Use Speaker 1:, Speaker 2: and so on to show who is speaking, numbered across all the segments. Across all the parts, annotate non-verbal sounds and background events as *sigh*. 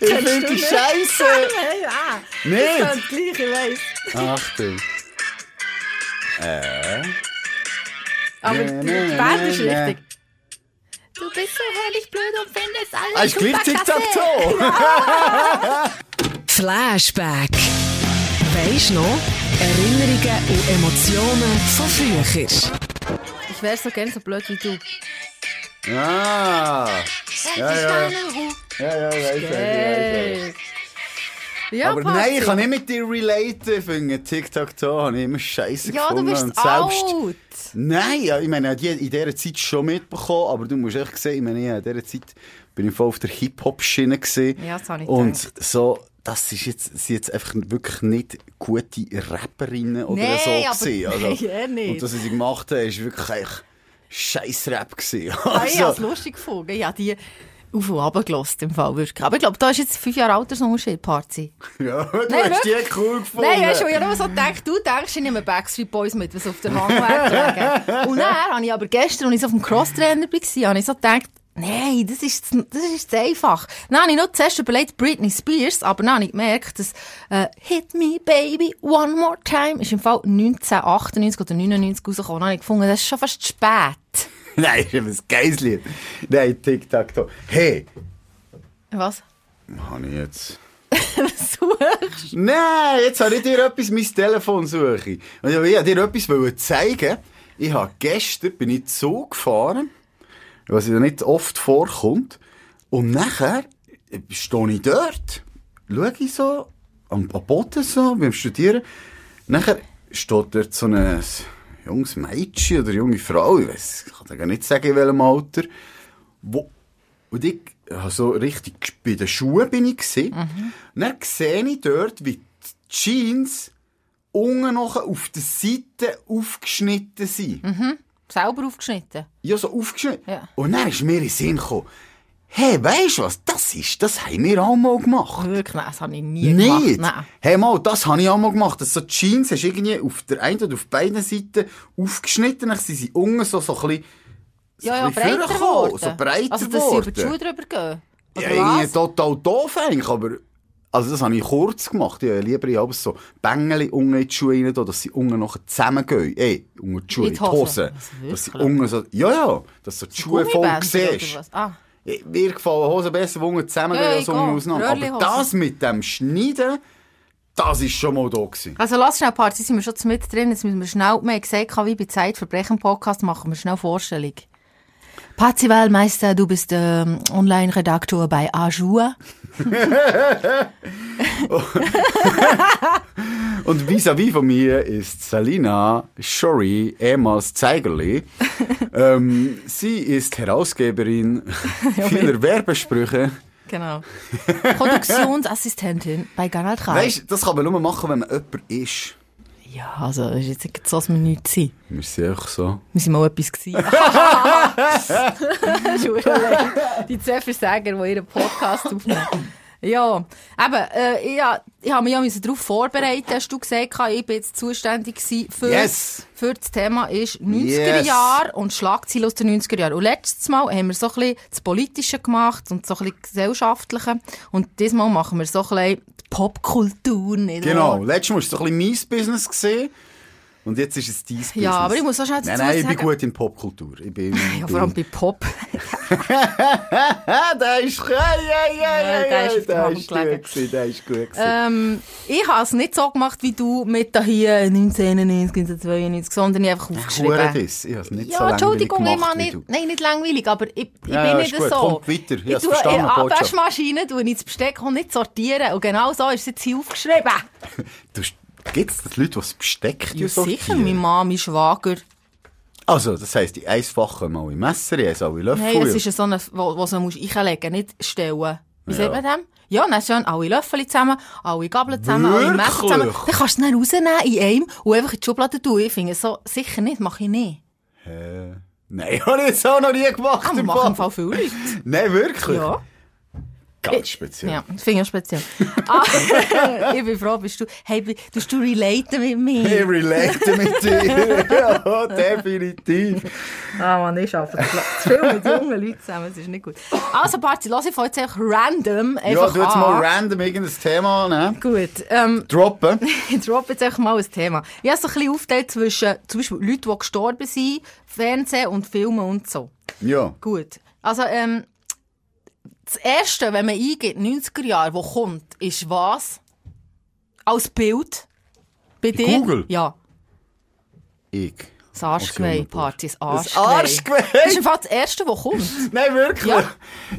Speaker 1: Erfüllt die Scheiße!
Speaker 2: Nein, ah,
Speaker 1: Nicht!
Speaker 2: das gleich, ich weiss.
Speaker 1: Achtung. Äh.
Speaker 2: Aber
Speaker 1: Nee,
Speaker 2: die
Speaker 1: nee,
Speaker 2: Band ist
Speaker 1: nee, nee.
Speaker 2: richtig. Du bist so herrlich blöd und findest alles
Speaker 1: Ah, ist gleich
Speaker 2: super klasse.
Speaker 1: Tic-Tac-Toe.
Speaker 3: Flashback. Weisst noch? Erinnerungen und Emotionen von früher.
Speaker 2: Ich wäre so gern so blöd wie du.
Speaker 1: Ah. Ja, ja, ja, ja, ja, weiss ich, weiss ich, weiss
Speaker 2: Hey. Ja,
Speaker 1: ich. Aber
Speaker 2: passt
Speaker 1: nein, ich
Speaker 2: ja.
Speaker 1: kann nicht mit dir relaten. Ich finde TikTok-Toe habe ich immer scheiße
Speaker 2: Ja, du
Speaker 1: gefunden.
Speaker 2: bist
Speaker 1: und selbst.
Speaker 2: alt.
Speaker 1: Nein, ja, ich meine, die in dieser Zeit schon mitbekommen, aber du musst echt sehen, ich meine, ja, in dieser Zeit bin ich voll auf der Hip-Hop-Schiene gewesen.
Speaker 2: Ja, das habe ich
Speaker 1: Und
Speaker 2: gedacht.
Speaker 1: so, das ist jetzt, sind jetzt einfach wirklich nicht gute Rapperinnen oder
Speaker 2: Nein,
Speaker 1: so
Speaker 2: aber-
Speaker 1: gewesen. also.
Speaker 2: Nein, eh nicht.
Speaker 1: Und das, was sie gemacht haben, ist wirklich echt scheiß Rap gewesen.
Speaker 2: Ah, Ich habe
Speaker 1: *laughs*
Speaker 2: es
Speaker 1: Also,
Speaker 2: lustig gefunden. Ich habe die auf und runter gelassen, im Fall wirklich. Aber ich glaube, da ist jetzt fünf Jahre Altersunterschied, Parzi.
Speaker 1: ja, du
Speaker 2: Nein,
Speaker 1: hast die cool gefunden.
Speaker 2: Nein, weißt du, weil ich nur so gedacht, du denkst, ich nehme Backstreet Boys mit, was auf der Hand
Speaker 1: *laughs*
Speaker 2: liegt. Und dann habe ich aber gestern, als ich so auf dem Crosstrainer war, habe ich so gedacht, nein, das ist, zu- das ist zu einfach. Dann habe ich noch zuerst überlegt, Britney Spears, aber dann habe ich gemerkt, dass äh, Hit Me Baby One More Time ist im Fall 1998 oder 1999 rausgekommen. Dann habe ich gefunden, das ist schon fast zu spät.
Speaker 1: *laughs* Nein, ist eben ein geiles Lied. Nein, TikTok-Toe. Hey,
Speaker 2: *laughs* Was?
Speaker 1: habe ich jetzt...
Speaker 2: Suchst
Speaker 1: Nein, jetzt habe ich dir etwas, mein Telefon suche. Und ich wollte dir etwas wollen zeigen. Ich habe gestern bin ich Zug gefahren, was ja nicht oft vorkommt. Und nachher stehe ich dort, schaue ich so, am, am Boden so, beim Studieren. Nachher steht dort so ein junges Mädchen oder junge Frau, ich weiß, ich kann dir gar nicht sagen, in welchem Alter, wo und ich habe so richtig gesch- bei den Schuhen bin ich gesehen.
Speaker 2: Mhm.
Speaker 1: Und Dann sehe ich dort, wie die Jeans unten noch auf der Seite aufgeschnitten sind.
Speaker 2: Selber aufgeschnitten.
Speaker 1: Ja, so aufgeschnitten.
Speaker 2: Mhm. Ja.
Speaker 1: Und dann ist mir in den Sinn gekommen, hey, weisst du was, das ist, das haben wir auch mal gemacht.
Speaker 2: Wirklich, nein, das habe ich nie
Speaker 1: Nicht?
Speaker 2: gemacht. Nein.
Speaker 1: Hey, mal, das habe ich auch mal gemacht. Dass so die Jeans hast du irgendwie auf der einen oder auf beiden Seiten aufgeschnitten, dann sind sie unten so, so ein bisschen, so
Speaker 2: Ja, ja,
Speaker 1: ein bisschen
Speaker 2: breiter
Speaker 1: vorgekommen,
Speaker 2: geworden.
Speaker 1: so breiter
Speaker 2: Also, dass sie über
Speaker 1: geworden.
Speaker 2: die Schuhe drüber
Speaker 1: Ja,
Speaker 2: gehen. Oder
Speaker 1: irgendwie
Speaker 2: was?
Speaker 1: total doof eigentlich, aber... Also das habe ich kurz gemacht. Ich habe lieber ich habe so Bängeli unten in die Schuhe rein, tue, dass sie unten noch zusammengehen. Ey, unter die Schuhe, in die Hose.
Speaker 2: Also
Speaker 1: Dass sie
Speaker 2: wirklich?
Speaker 1: unten so... Ja, ja, dass du die Schuhe voll
Speaker 2: Gummibänder oder
Speaker 1: siehst.
Speaker 2: was? Ah,
Speaker 1: Ey, Mir gefallen Hosen besser, die unten zusammengehen
Speaker 2: Ja,
Speaker 1: als unten
Speaker 2: egal.
Speaker 1: auseinander. Aber
Speaker 2: Röhrlihosen.
Speaker 1: das mit dem Schneiden, das war schon mal da. Gewesen.
Speaker 2: also lass schnell, Party, sind wir schon mit drin. Jetzt müssen wir schnell, wir haben gesagt, wie bei Zeitverbrechen-Podcast machen wir schnell Vorstellung. Patsy Wellmeister, du bist ähm, Online-Redaktor bei Ajour.
Speaker 1: Und vis-à-vis von mir ist Salina Shori, ehemals
Speaker 2: *laughs*
Speaker 1: Zeigerli. ähm, sie ist Herausgeberin vieler Werbesprüche.
Speaker 2: Genau. Produktionsassistentin bei Kanal 3.
Speaker 1: Weißt du, das kann man nur machen, wenn man jemand ist.
Speaker 2: Ja, also, das ist jetzt nicht so, dass wir nichts sind.
Speaker 1: Wir sind einfach so.
Speaker 2: Wir sind mal etwas
Speaker 1: *laughs*
Speaker 2: gewesen. *laughs* Entschuldigung. die zwei Versager, die ihren Podcast aufnehmen. Ja, aber äh, ich, ha- ich habe mich ja müssen darauf vorbereitet, hast du gesagt, ich bin jetzt zuständig gewesen für,
Speaker 1: Yes.
Speaker 2: für das Thema ist 90er
Speaker 1: Yes.
Speaker 2: Jahre und Schlagzeilen aus den 90er Jahren. Und letztes Mal haben wir so ein bisschen das Politische gemacht und so ein bisschen Gesellschaftliche und diesmal machen wir so ein bisschen die Popkultur. nicht wahr?
Speaker 1: Genau, letztes Mal war es so ein bisschen mein Business. Gewesen. Und jetzt ist es dein Business.
Speaker 2: Ja, aber ich muss auch schnell
Speaker 1: Nein,
Speaker 2: dazu
Speaker 1: nein, ich bin
Speaker 2: sagen-
Speaker 1: gut in Popkultur. Ich bin...
Speaker 2: *laughs* Ja, vor allem
Speaker 1: bin-
Speaker 2: bei Pop.
Speaker 1: Ah, der ist... Hey, hey, hey, hey,
Speaker 2: der ist
Speaker 1: hey,
Speaker 2: auf der
Speaker 1: der
Speaker 2: Hand
Speaker 1: ist gut
Speaker 2: gelegen.
Speaker 1: gewesen, der ist gut gewesen.
Speaker 2: Ähm, ich habe es nicht so gemacht wie du mit da hier 1991, 1992, sondern ich habe einfach
Speaker 1: Hure
Speaker 2: aufgeschrieben.
Speaker 1: das. Ich habe es nicht so
Speaker 2: Ja,
Speaker 1: langweilig
Speaker 2: Entschuldigung, ich
Speaker 1: gemacht
Speaker 2: mache
Speaker 1: wie
Speaker 2: nicht,
Speaker 1: du.
Speaker 2: nein, nicht langweilig, aber ich, ich
Speaker 1: Ja,
Speaker 2: bin
Speaker 1: ist
Speaker 2: nicht
Speaker 1: gut.
Speaker 2: so.
Speaker 1: Kommt weiter. Ich
Speaker 2: ich
Speaker 1: hab's
Speaker 2: tue
Speaker 1: verstanden,
Speaker 2: in
Speaker 1: Botschaft.
Speaker 2: Abwaschmaschine tue ich ins Besteck und nicht sortieren. Und genau so ist es jetzt hier aufgeschrieben.
Speaker 1: Gibt es Leute, die das Besteck
Speaker 2: Ja, sicher,
Speaker 1: sortieren?
Speaker 2: meine Mama, mein Schwager.
Speaker 1: Also, das heisst, die einfachen mal im Messer, die alle Löffel.
Speaker 2: Nein, es ist so eine, wo, wo so musst einlegen, nicht stellen. Wie sagt man dem? Ja, dann schön alle Löffel zusammen, alle Gabeln zusammen, alle Messer zusammen.
Speaker 1: Wirklich?
Speaker 2: Dann kannst du es dann rausnehmen in einem und einfach in die Schublade tun. Ich finde, so sicher nicht, mache ich nicht.
Speaker 1: Äh, *laughs* nein, habe ich jetzt auch noch nie gemacht.
Speaker 2: Ah, wir
Speaker 1: im
Speaker 2: machen im
Speaker 1: Fall.
Speaker 2: Fall viel Leute.
Speaker 1: Nein, wirklich?
Speaker 2: Ja.
Speaker 1: Ganz speziell.
Speaker 2: Äh, Ja, das finde ich auch speziell. *laughs* ah, *laughs* ich bin froh, bist du, hey, bi- tust du relaten mit mir?
Speaker 1: Ich relate mit dir. *laughs* ja, definitiv.
Speaker 2: Ah, Mann, ich arbeite zu viel mit jungen Leuten zusammen, das ist nicht gut. Also, Party, lass ich jetzt einfach random
Speaker 1: Ja,
Speaker 2: einfach
Speaker 1: du jetzt
Speaker 2: an.
Speaker 1: mal random irgendein Thema ne?
Speaker 2: Gut, ähm,
Speaker 1: droppen.
Speaker 2: ich drop jetzt einfach mal ein Thema. Ich habe so ein bisschen aufgeteilt zwischen, zum Beispiel Leute, die gestorben sind, Fernsehen und Filme und so.
Speaker 1: Ja.
Speaker 2: Gut, also, ähm, das Erste, wenn man eingeht, 90er Jahre, wo kommt, ist was? Als Bild? Bei dir?
Speaker 1: Google?
Speaker 2: Ja.
Speaker 1: Ich.
Speaker 2: Das Arschgeweih-Party, das Arschgeweih.
Speaker 1: Arschgeweih?
Speaker 2: Das ist im Fall das Erste, was kommt.
Speaker 1: Nein, wirklich. Ja.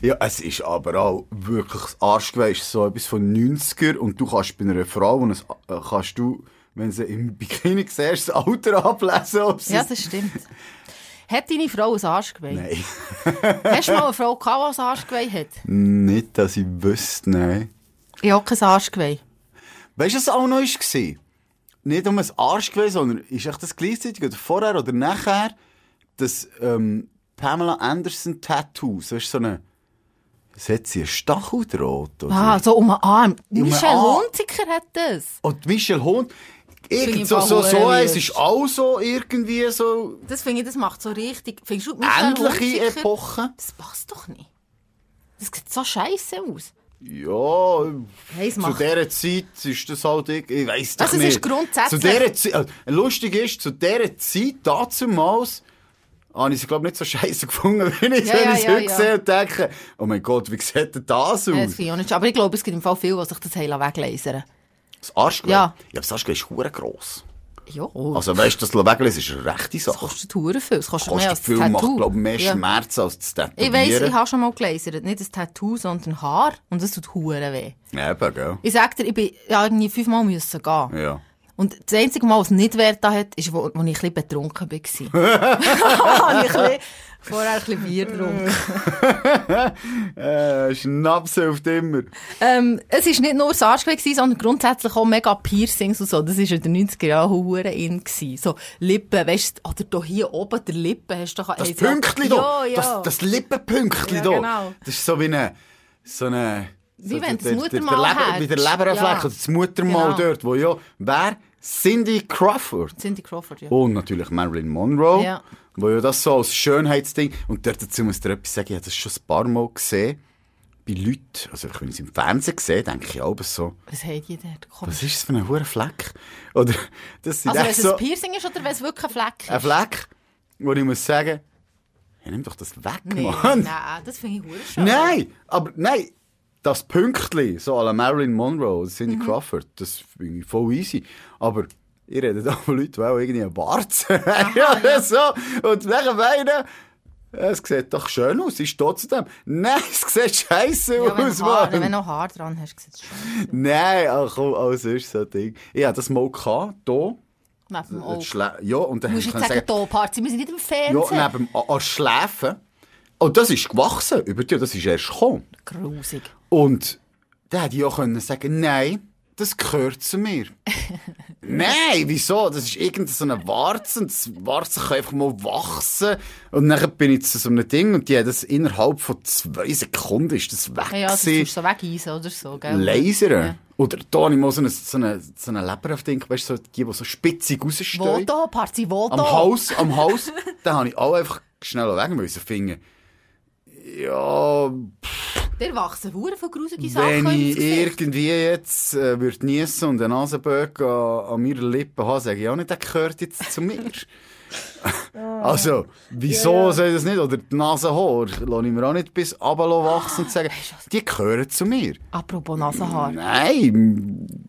Speaker 2: Ja.
Speaker 1: es ist aber auch wirklich das Arschgeweih ist so etwas von 90er und du kannst bei einer Frau, und es, äh, kannst du, wenn sie im Bikini siehst, das Alter ablesen, ob sie...
Speaker 2: Ja, das stimmt. Hat deine Frau ein Arschgeweih?
Speaker 1: Nein.
Speaker 2: *laughs* Hast du mal eine Frau gehabt, die ein Arschgeweih hat?
Speaker 1: Nicht, dass ich wüsste, nein.
Speaker 2: Ich habe kein Arschgeweih.
Speaker 1: Weißt du, was auch noch war? Nicht um ein Arsch gewesen, sondern ist echt das gleichzeitig oder vorher oder nachher, das ähm, Pamela Anderson Tattoo, so ist so eine. Was hat sie? Ein Stacheldraht? Oder?
Speaker 2: Ah, so um den Arm.
Speaker 1: den
Speaker 2: Michel
Speaker 1: Arm.
Speaker 2: Hunziker hat das.
Speaker 1: Und Michel Hund.
Speaker 2: Finde
Speaker 1: Irgend
Speaker 2: ich
Speaker 1: so, so,
Speaker 2: aber
Speaker 1: so,
Speaker 2: verdammt
Speaker 1: es ist auch so irgendwie so
Speaker 2: Das finde ich, das macht so richtig. Findest du, Michel
Speaker 1: ähnliche
Speaker 2: Hunziker-
Speaker 1: Epochen.
Speaker 2: Das passt doch nicht. Das sieht so scheiße aus.
Speaker 1: Ja,
Speaker 2: Hey, es
Speaker 1: zu
Speaker 2: macht-
Speaker 1: dieser Zeit ist das halt irgendwie, ich weiss doch
Speaker 2: Also es
Speaker 1: nicht.
Speaker 2: ist grundsätzlich-
Speaker 1: Zu dieser Zeit, äh, lustig ist, zu dieser Zeit, damals, habe ich sie, glaube ich, nicht so *laughs* scheiße gefunden, wenn ich
Speaker 2: Ja,
Speaker 1: wenn
Speaker 2: ja,
Speaker 1: ich es
Speaker 2: ja,
Speaker 1: heute
Speaker 2: ja.
Speaker 1: sehe und denke, oh mein Gott, wie sieht denn das
Speaker 2: Ja, Das
Speaker 1: aus?
Speaker 2: finde ich auch nicht. schön. Aber ich glaube, es gibt im Fall viele, die sich das haben weglasern
Speaker 1: Das Arschgeweih?
Speaker 2: Ja.
Speaker 1: ja, das Arschgeweih ist verdammt gross.
Speaker 2: Ja,
Speaker 1: Also weißt du, das Weglesen ist eine rechte
Speaker 2: das
Speaker 1: Sache.
Speaker 2: kostet Huren viel. Das kostet,
Speaker 1: Kostet
Speaker 2: mehr als
Speaker 1: viel,
Speaker 2: das Tattoo.
Speaker 1: macht, glaube ich, mehr
Speaker 2: Ja.
Speaker 1: Schmerz als das Tätowieren.
Speaker 2: Ich weiss, ich habe schon mal gelasert. Nicht ein Tattoo, sondern ein Haar. Und das tut Huren weh.
Speaker 1: Eben, gell?
Speaker 2: Ich sag dir, ich bin ja irgendwie fünfmal müssen gehen.
Speaker 1: Ja.
Speaker 2: Und das einzige Mal, was es nicht wert hat, ist, wo, wo ich ein bisschen
Speaker 1: *laughs*
Speaker 2: betrunken war. *laughs* Habe ich ein bisschen, vorher ein bisschen Bier getrunken.
Speaker 1: Äh, Schnaps hilft immer.
Speaker 2: ähm, es war nicht nur das Arschgeweih, gewesen, sondern grundsätzlich auch mega Piercings und so. Das war in den 90er Jahren hure in. gewesen. So Lippen, weißt du, oder da hier oben der Lippen hast du doch...
Speaker 1: Das
Speaker 2: hey, so-
Speaker 1: Pünktchen da,
Speaker 2: Ja, ja.
Speaker 1: das, das Lippenpünktchen
Speaker 2: Ja,
Speaker 1: da,
Speaker 2: genau.
Speaker 1: das ist so wie eine, so eine, so
Speaker 2: Wie wenn du das
Speaker 1: der- der-
Speaker 2: Muttermal
Speaker 1: der Leber-
Speaker 2: hättest.
Speaker 1: Bei der Leberfläche,
Speaker 2: Ja.
Speaker 1: das Muttermal
Speaker 2: Genau.
Speaker 1: dort, wo ja, wer? Cindy Crawford.
Speaker 2: Cindy Crawford, ja.
Speaker 1: Und natürlich Marilyn Monroe,
Speaker 2: Ja.
Speaker 1: wo ja das so als Schönheitsding, und dort dazu muss ich dir etwas sagen, ich habe das schon ein paar Mal gesehen, bei Leuten, also wenn ich es im Fernsehen sehe, denke ich auch so,
Speaker 2: Was haben die dort? Komm.
Speaker 1: was ist das für ein hoher Fleck? Oder, das sind
Speaker 2: Also wenn
Speaker 1: echt
Speaker 2: es
Speaker 1: so... Äh,
Speaker 2: ein Piercing ist oder wenn es wirklich ein Fleck ist?
Speaker 1: Ein Fleck, wo ich muss sagen, ja, nimm doch das weg,
Speaker 2: Nee,
Speaker 1: Mann.
Speaker 2: Nein, das finde ich hure schön.
Speaker 1: Nein, aber nein, das Pünktli, so à la Marilyn Monroe oder Cindy
Speaker 2: Mhm.
Speaker 1: Crawford, das finde ich voll easy. Aber ihr redet auch von Leuten, die auch irgendwie einen Bart *laughs* haben oder so. Und nachher meinen, es sieht doch schön aus, ich stehe zu dem. Nein, es sieht scheiße
Speaker 2: Ja, wenn,
Speaker 1: aus,
Speaker 2: du Haar,
Speaker 1: Mann.
Speaker 2: wenn du noch Haar dran hast, sieht es schon
Speaker 1: Nein, ach komm, alles ist so ein Ding. Ich hatte das mal gehabt, hier.
Speaker 2: neben dem
Speaker 1: Oh.
Speaker 2: Auge.
Speaker 1: Ja, und dann
Speaker 2: Du musst
Speaker 1: ich
Speaker 2: nicht
Speaker 1: können
Speaker 2: sagen, hier, Party, wir sind nicht im Fernsehen.
Speaker 1: Ja, neben dem an- an Schläfen. Und das ist gewachsen über dir, das ist erst gekommen.
Speaker 2: Grusig.
Speaker 1: Und dann hätte ich auch können sagen nein, das gehört zu
Speaker 2: *laughs*
Speaker 1: mir. nein, wieso? Das ist irgendeine Warze und das Warze kann einfach mal wachsen. Und dann bin ich zu so einem Ding und die hat das innerhalb von zwei Sekunden ist das weg
Speaker 2: Ja, ja, das
Speaker 1: gewesen.
Speaker 2: tust du so wegeisen oder so, gell?
Speaker 1: Lasern.
Speaker 2: Ja.
Speaker 1: Oder da habe ich mal so einen so eine, so eine Leberhaft-Ding, weißt du, so die, die so spitzig rausstehen.
Speaker 2: Voto, Party, Voto.
Speaker 1: Am Haus, am Haus,
Speaker 2: *laughs*
Speaker 1: da habe ich auch einfach schnell weg müssen finden. Ja,
Speaker 2: Der wachsen hure von grusigen Sachen.
Speaker 1: wenn ich
Speaker 2: ins Gesicht.
Speaker 1: irgendwie jetzt äh, würde niesen und einen Nasenböck an, an meiner Lippe habe, sage ich auch nicht, der gehört jetzt zu
Speaker 2: *laughs*
Speaker 1: mir. *laughs* also, wieso soll ich das nicht? Oder die Nasenhaar lasse ich mir auch nicht bis runter wachsen und
Speaker 2: Ah,
Speaker 1: sagen, die gehören zu mir.
Speaker 2: Apropos Nasenhaar.
Speaker 1: Nein,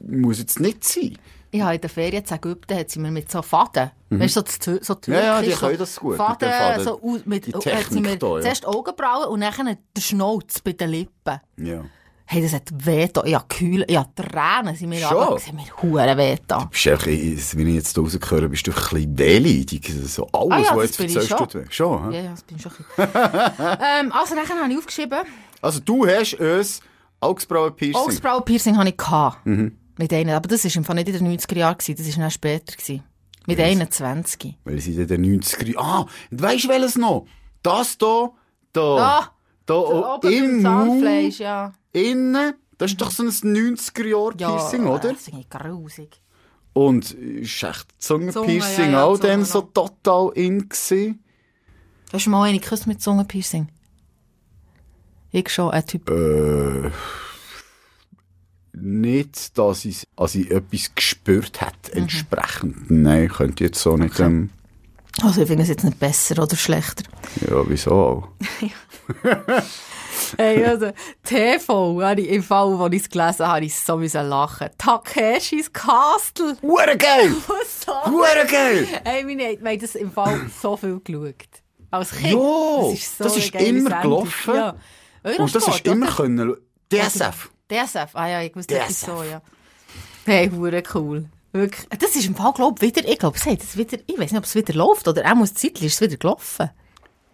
Speaker 1: m- muss jetzt nicht sein.
Speaker 2: Ich habe in den Ferien zu Ägypten, hat sie mir mit so Faden, weißt du, so, das Tü- so
Speaker 1: Mhm. Ja, ja, die
Speaker 2: türkisch, so
Speaker 1: können das gut, mit
Speaker 2: Faden,
Speaker 1: dem Faden.
Speaker 2: so aus, mit,
Speaker 1: Die
Speaker 2: hat sie
Speaker 1: Technik
Speaker 2: mir
Speaker 1: da, ja.
Speaker 2: zuerst die Augenbrauen und dann den Schnauz bei den Lippen.
Speaker 1: Ja.
Speaker 2: Hey, das hat weh da. Ich habe Kühle, ich habe Tränen, sind mir
Speaker 1: Schon?
Speaker 2: angegangen, sind mir hure weh da.
Speaker 1: Bist du einfach, ich- wenn ich jetzt da rausgehöre, bist du ein bisschen wehleidig. So alles,
Speaker 2: Ah ja,
Speaker 1: was
Speaker 2: das
Speaker 1: jetzt
Speaker 2: bin ich
Speaker 1: erzählst,
Speaker 2: schon.
Speaker 1: tut weh. Schon, hä?
Speaker 2: Ja, ja, das bin ich schon ein bisschen.
Speaker 1: *laughs*
Speaker 2: ähm, Also, nachher habe ich aufgeschrieben,
Speaker 1: Also du hast uns Augsbrauen-Piercing.
Speaker 2: Augsbrauen-Piercing hatte ich. Gehabt,
Speaker 1: Mhm.
Speaker 2: Mit einer, aber das war im Fall nicht in den 90er Jahren, gewesen, das war dann später. Gewesen. Mit 21.
Speaker 1: Weil sie in den 90er Jahren... Ah, und weisst du welches noch? Das hier, da,
Speaker 2: Da,
Speaker 1: da,
Speaker 2: oben beim
Speaker 1: Oh, im Mund,
Speaker 2: Zahnfleisch, ja.
Speaker 1: innen, das ist doch so ein
Speaker 2: äh,
Speaker 1: 90er-Jahr-Piercing, oder?
Speaker 2: Das ist grusig.
Speaker 1: Und äh, ist echt Zungenpiercing
Speaker 2: Zunge, ja, ja,
Speaker 1: auch dann
Speaker 2: Zunge
Speaker 1: so total in gewesen?
Speaker 2: Hast du mal eine geküsst mit Zungenpiercing? Ich schon, ein Typ.
Speaker 1: Äh, nicht, dass ich, also ich etwas gespürt hätte,
Speaker 2: Mhm.
Speaker 1: entsprechend. Nein, könnte ich jetzt so nicht, ähm,
Speaker 2: Also ich finde es jetzt nicht besser oder schlechter.
Speaker 1: ja, wieso
Speaker 2: *laughs*
Speaker 1: auch?
Speaker 2: Ey, also, TV, habe ich, im Fall, wo ich es gelesen habe, ich so müssen lachen. Takeshis Castle. *laughs*
Speaker 1: Hure geil!
Speaker 2: Was so?
Speaker 1: Hure geil!
Speaker 2: Ey, meine, wir haben das im Fall so viel geschaut. Als Kind.
Speaker 1: Ja,
Speaker 2: so
Speaker 1: das
Speaker 2: eine
Speaker 1: ist
Speaker 2: geile
Speaker 1: immer
Speaker 2: Sendung.
Speaker 1: gelaufen.
Speaker 2: Ja.
Speaker 1: Und das ist
Speaker 2: Eurosport,
Speaker 1: immer
Speaker 2: oder?
Speaker 1: können, DSF.
Speaker 2: DSF, ah ja, ich wusste das
Speaker 1: DSF.
Speaker 2: so, ja. Hey, hure cool. Wirklich. Das ist im Fall, glaube ich, wieder, ich glaube, es hat jetzt wieder, ich weiß nicht, ob es wieder läuft oder auch muss Zeit ist es wieder gelaufen.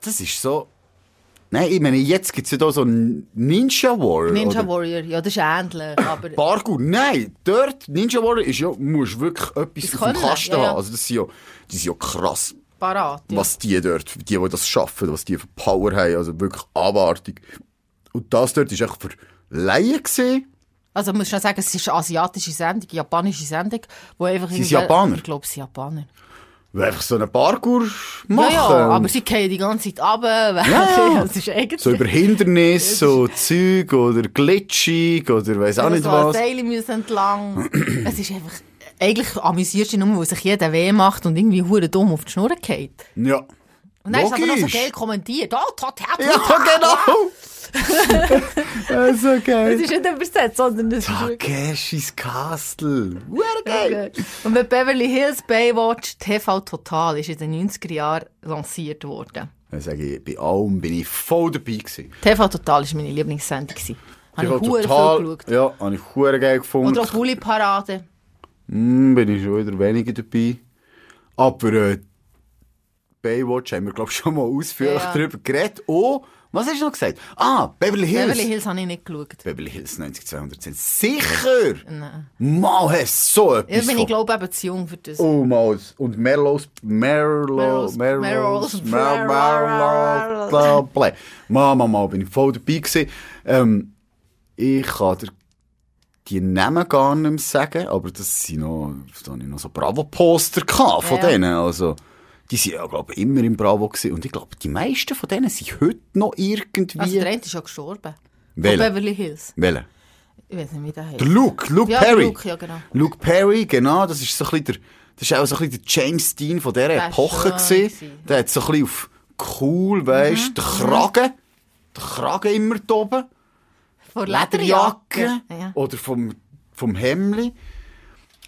Speaker 1: Das ist so. Nein, ich meine, jetzt gibt es ja da so einen Ninja Warrior.
Speaker 2: Ninja
Speaker 1: oder
Speaker 2: Warrior, ja, das ist ähnlich, aber
Speaker 1: Bargu, nein, dort, Ninja Warrior ist ja, musst wirklich
Speaker 2: Das
Speaker 1: etwas auf
Speaker 2: können,
Speaker 1: dem Kasten
Speaker 2: ja, ja.
Speaker 1: haben. Also, das sind ja, die sind ja krass,
Speaker 2: parat. Ja.
Speaker 1: was die dort, die, die das schaffen, was die für Power haben. Also wirklich abartig. Und das dort war echt für Laien. gewesen.
Speaker 2: Also, muss schon sagen, es ist eine asiatische Sendung, eine japanische Sendung, wo einfach
Speaker 1: Sind sie
Speaker 2: irgendwie-
Speaker 1: Japaner?
Speaker 2: Ich glaube, sie sind Japaner.
Speaker 1: Die einfach so einen Parkour
Speaker 2: Ja,
Speaker 1: machen.
Speaker 2: ja, aber sie gehen die ganze Zeit runter. *laughs*
Speaker 1: ja.
Speaker 2: Das ist eigentlich...
Speaker 1: so über Hindernisse,
Speaker 2: *laughs*
Speaker 1: so Zeug oder Glitschig oder weiss auch nicht
Speaker 2: so an
Speaker 1: was.
Speaker 2: Seile müssen entlang. es ist einfach... Eigentlich amüsierst du dich nur, weil sich jeder weh macht und irgendwie hure dumm auf die Schnur geht.
Speaker 1: Ja.
Speaker 2: Und dann ist aber noch so
Speaker 1: Logisch.
Speaker 2: geil kommentiert. Oh, tot, tot,
Speaker 1: Ja, *laughs* genau! das ist so
Speaker 2: *laughs* Das
Speaker 1: geil.
Speaker 2: ist nicht übersetzt, sondern das ist wirklich...
Speaker 1: Takeshis Castle. Hure
Speaker 2: geil. Und wenn Beverly Hills Baywatch TV Total ist in den 90er Jahren lanciert worden.
Speaker 1: Dann sage ich, bei allem bin ich voll dabei gewesen.
Speaker 2: TV Total war meine Lieblingssendung. gewesen. Habe ich
Speaker 1: war
Speaker 2: hure viel geschaut.
Speaker 1: ja, habe ich hure geil gefunden.
Speaker 2: Oder auch Bulli Parade.
Speaker 1: Hm, bin ich schon wieder weniger dabei. Aber äh, Baywatch haben wir, glaube ich, schon mal ausführlich
Speaker 2: Ja.
Speaker 1: drüber geredet. Oh, was hast du noch gesagt? Ah, Beverly Hills.
Speaker 2: Beverly Hills habe ich nicht geschaut.
Speaker 1: Beverly Hills 90210. Sicher!
Speaker 2: Nein.
Speaker 1: Mal hast du so etwas
Speaker 2: Ich bin, ich
Speaker 1: von-
Speaker 2: glaube, eben zu jung für das.
Speaker 1: Oh, Maus. Und Merlos, Merlos,
Speaker 2: Merlos-
Speaker 1: Merlos,
Speaker 2: Merlos-
Speaker 1: Merlos, bla, bla. Mama, mal bin ich voll dabei gewesen. Ähm, ich kann dir die Namen gar nicht mehr sagen, aber das sind noch, da hatte ich noch so Bravo-Poster gehabt von
Speaker 2: Ja.
Speaker 1: denen, also. Die sind ja, glaube ich, immer im Bravo gewesen. Und ich glaube, die meisten von denen sind heute noch irgendwie...
Speaker 2: Also, der eine ist ja gestorben.
Speaker 1: Welcher?
Speaker 2: Von Beverly Hills.
Speaker 1: Welcher?
Speaker 2: Ich weiß nicht, wie der heißt.
Speaker 1: Der Luke, Luke
Speaker 2: Ja, der
Speaker 1: Perry.
Speaker 2: Luke, ja, genau.
Speaker 1: Luke Perry, genau, das ist so ein bisschen der, das ist auch so ein bisschen der James Dean von dieser
Speaker 2: Der ist
Speaker 1: Epoche
Speaker 2: schön
Speaker 1: gewesen.
Speaker 2: gewesen. Mhm.
Speaker 1: Der hat so ein bisschen auf cool, weisst, den Kragen, den Kragen immer da oben,
Speaker 2: Von
Speaker 1: Lederjacke
Speaker 2: Ja.
Speaker 1: oder vom, vom Hemli.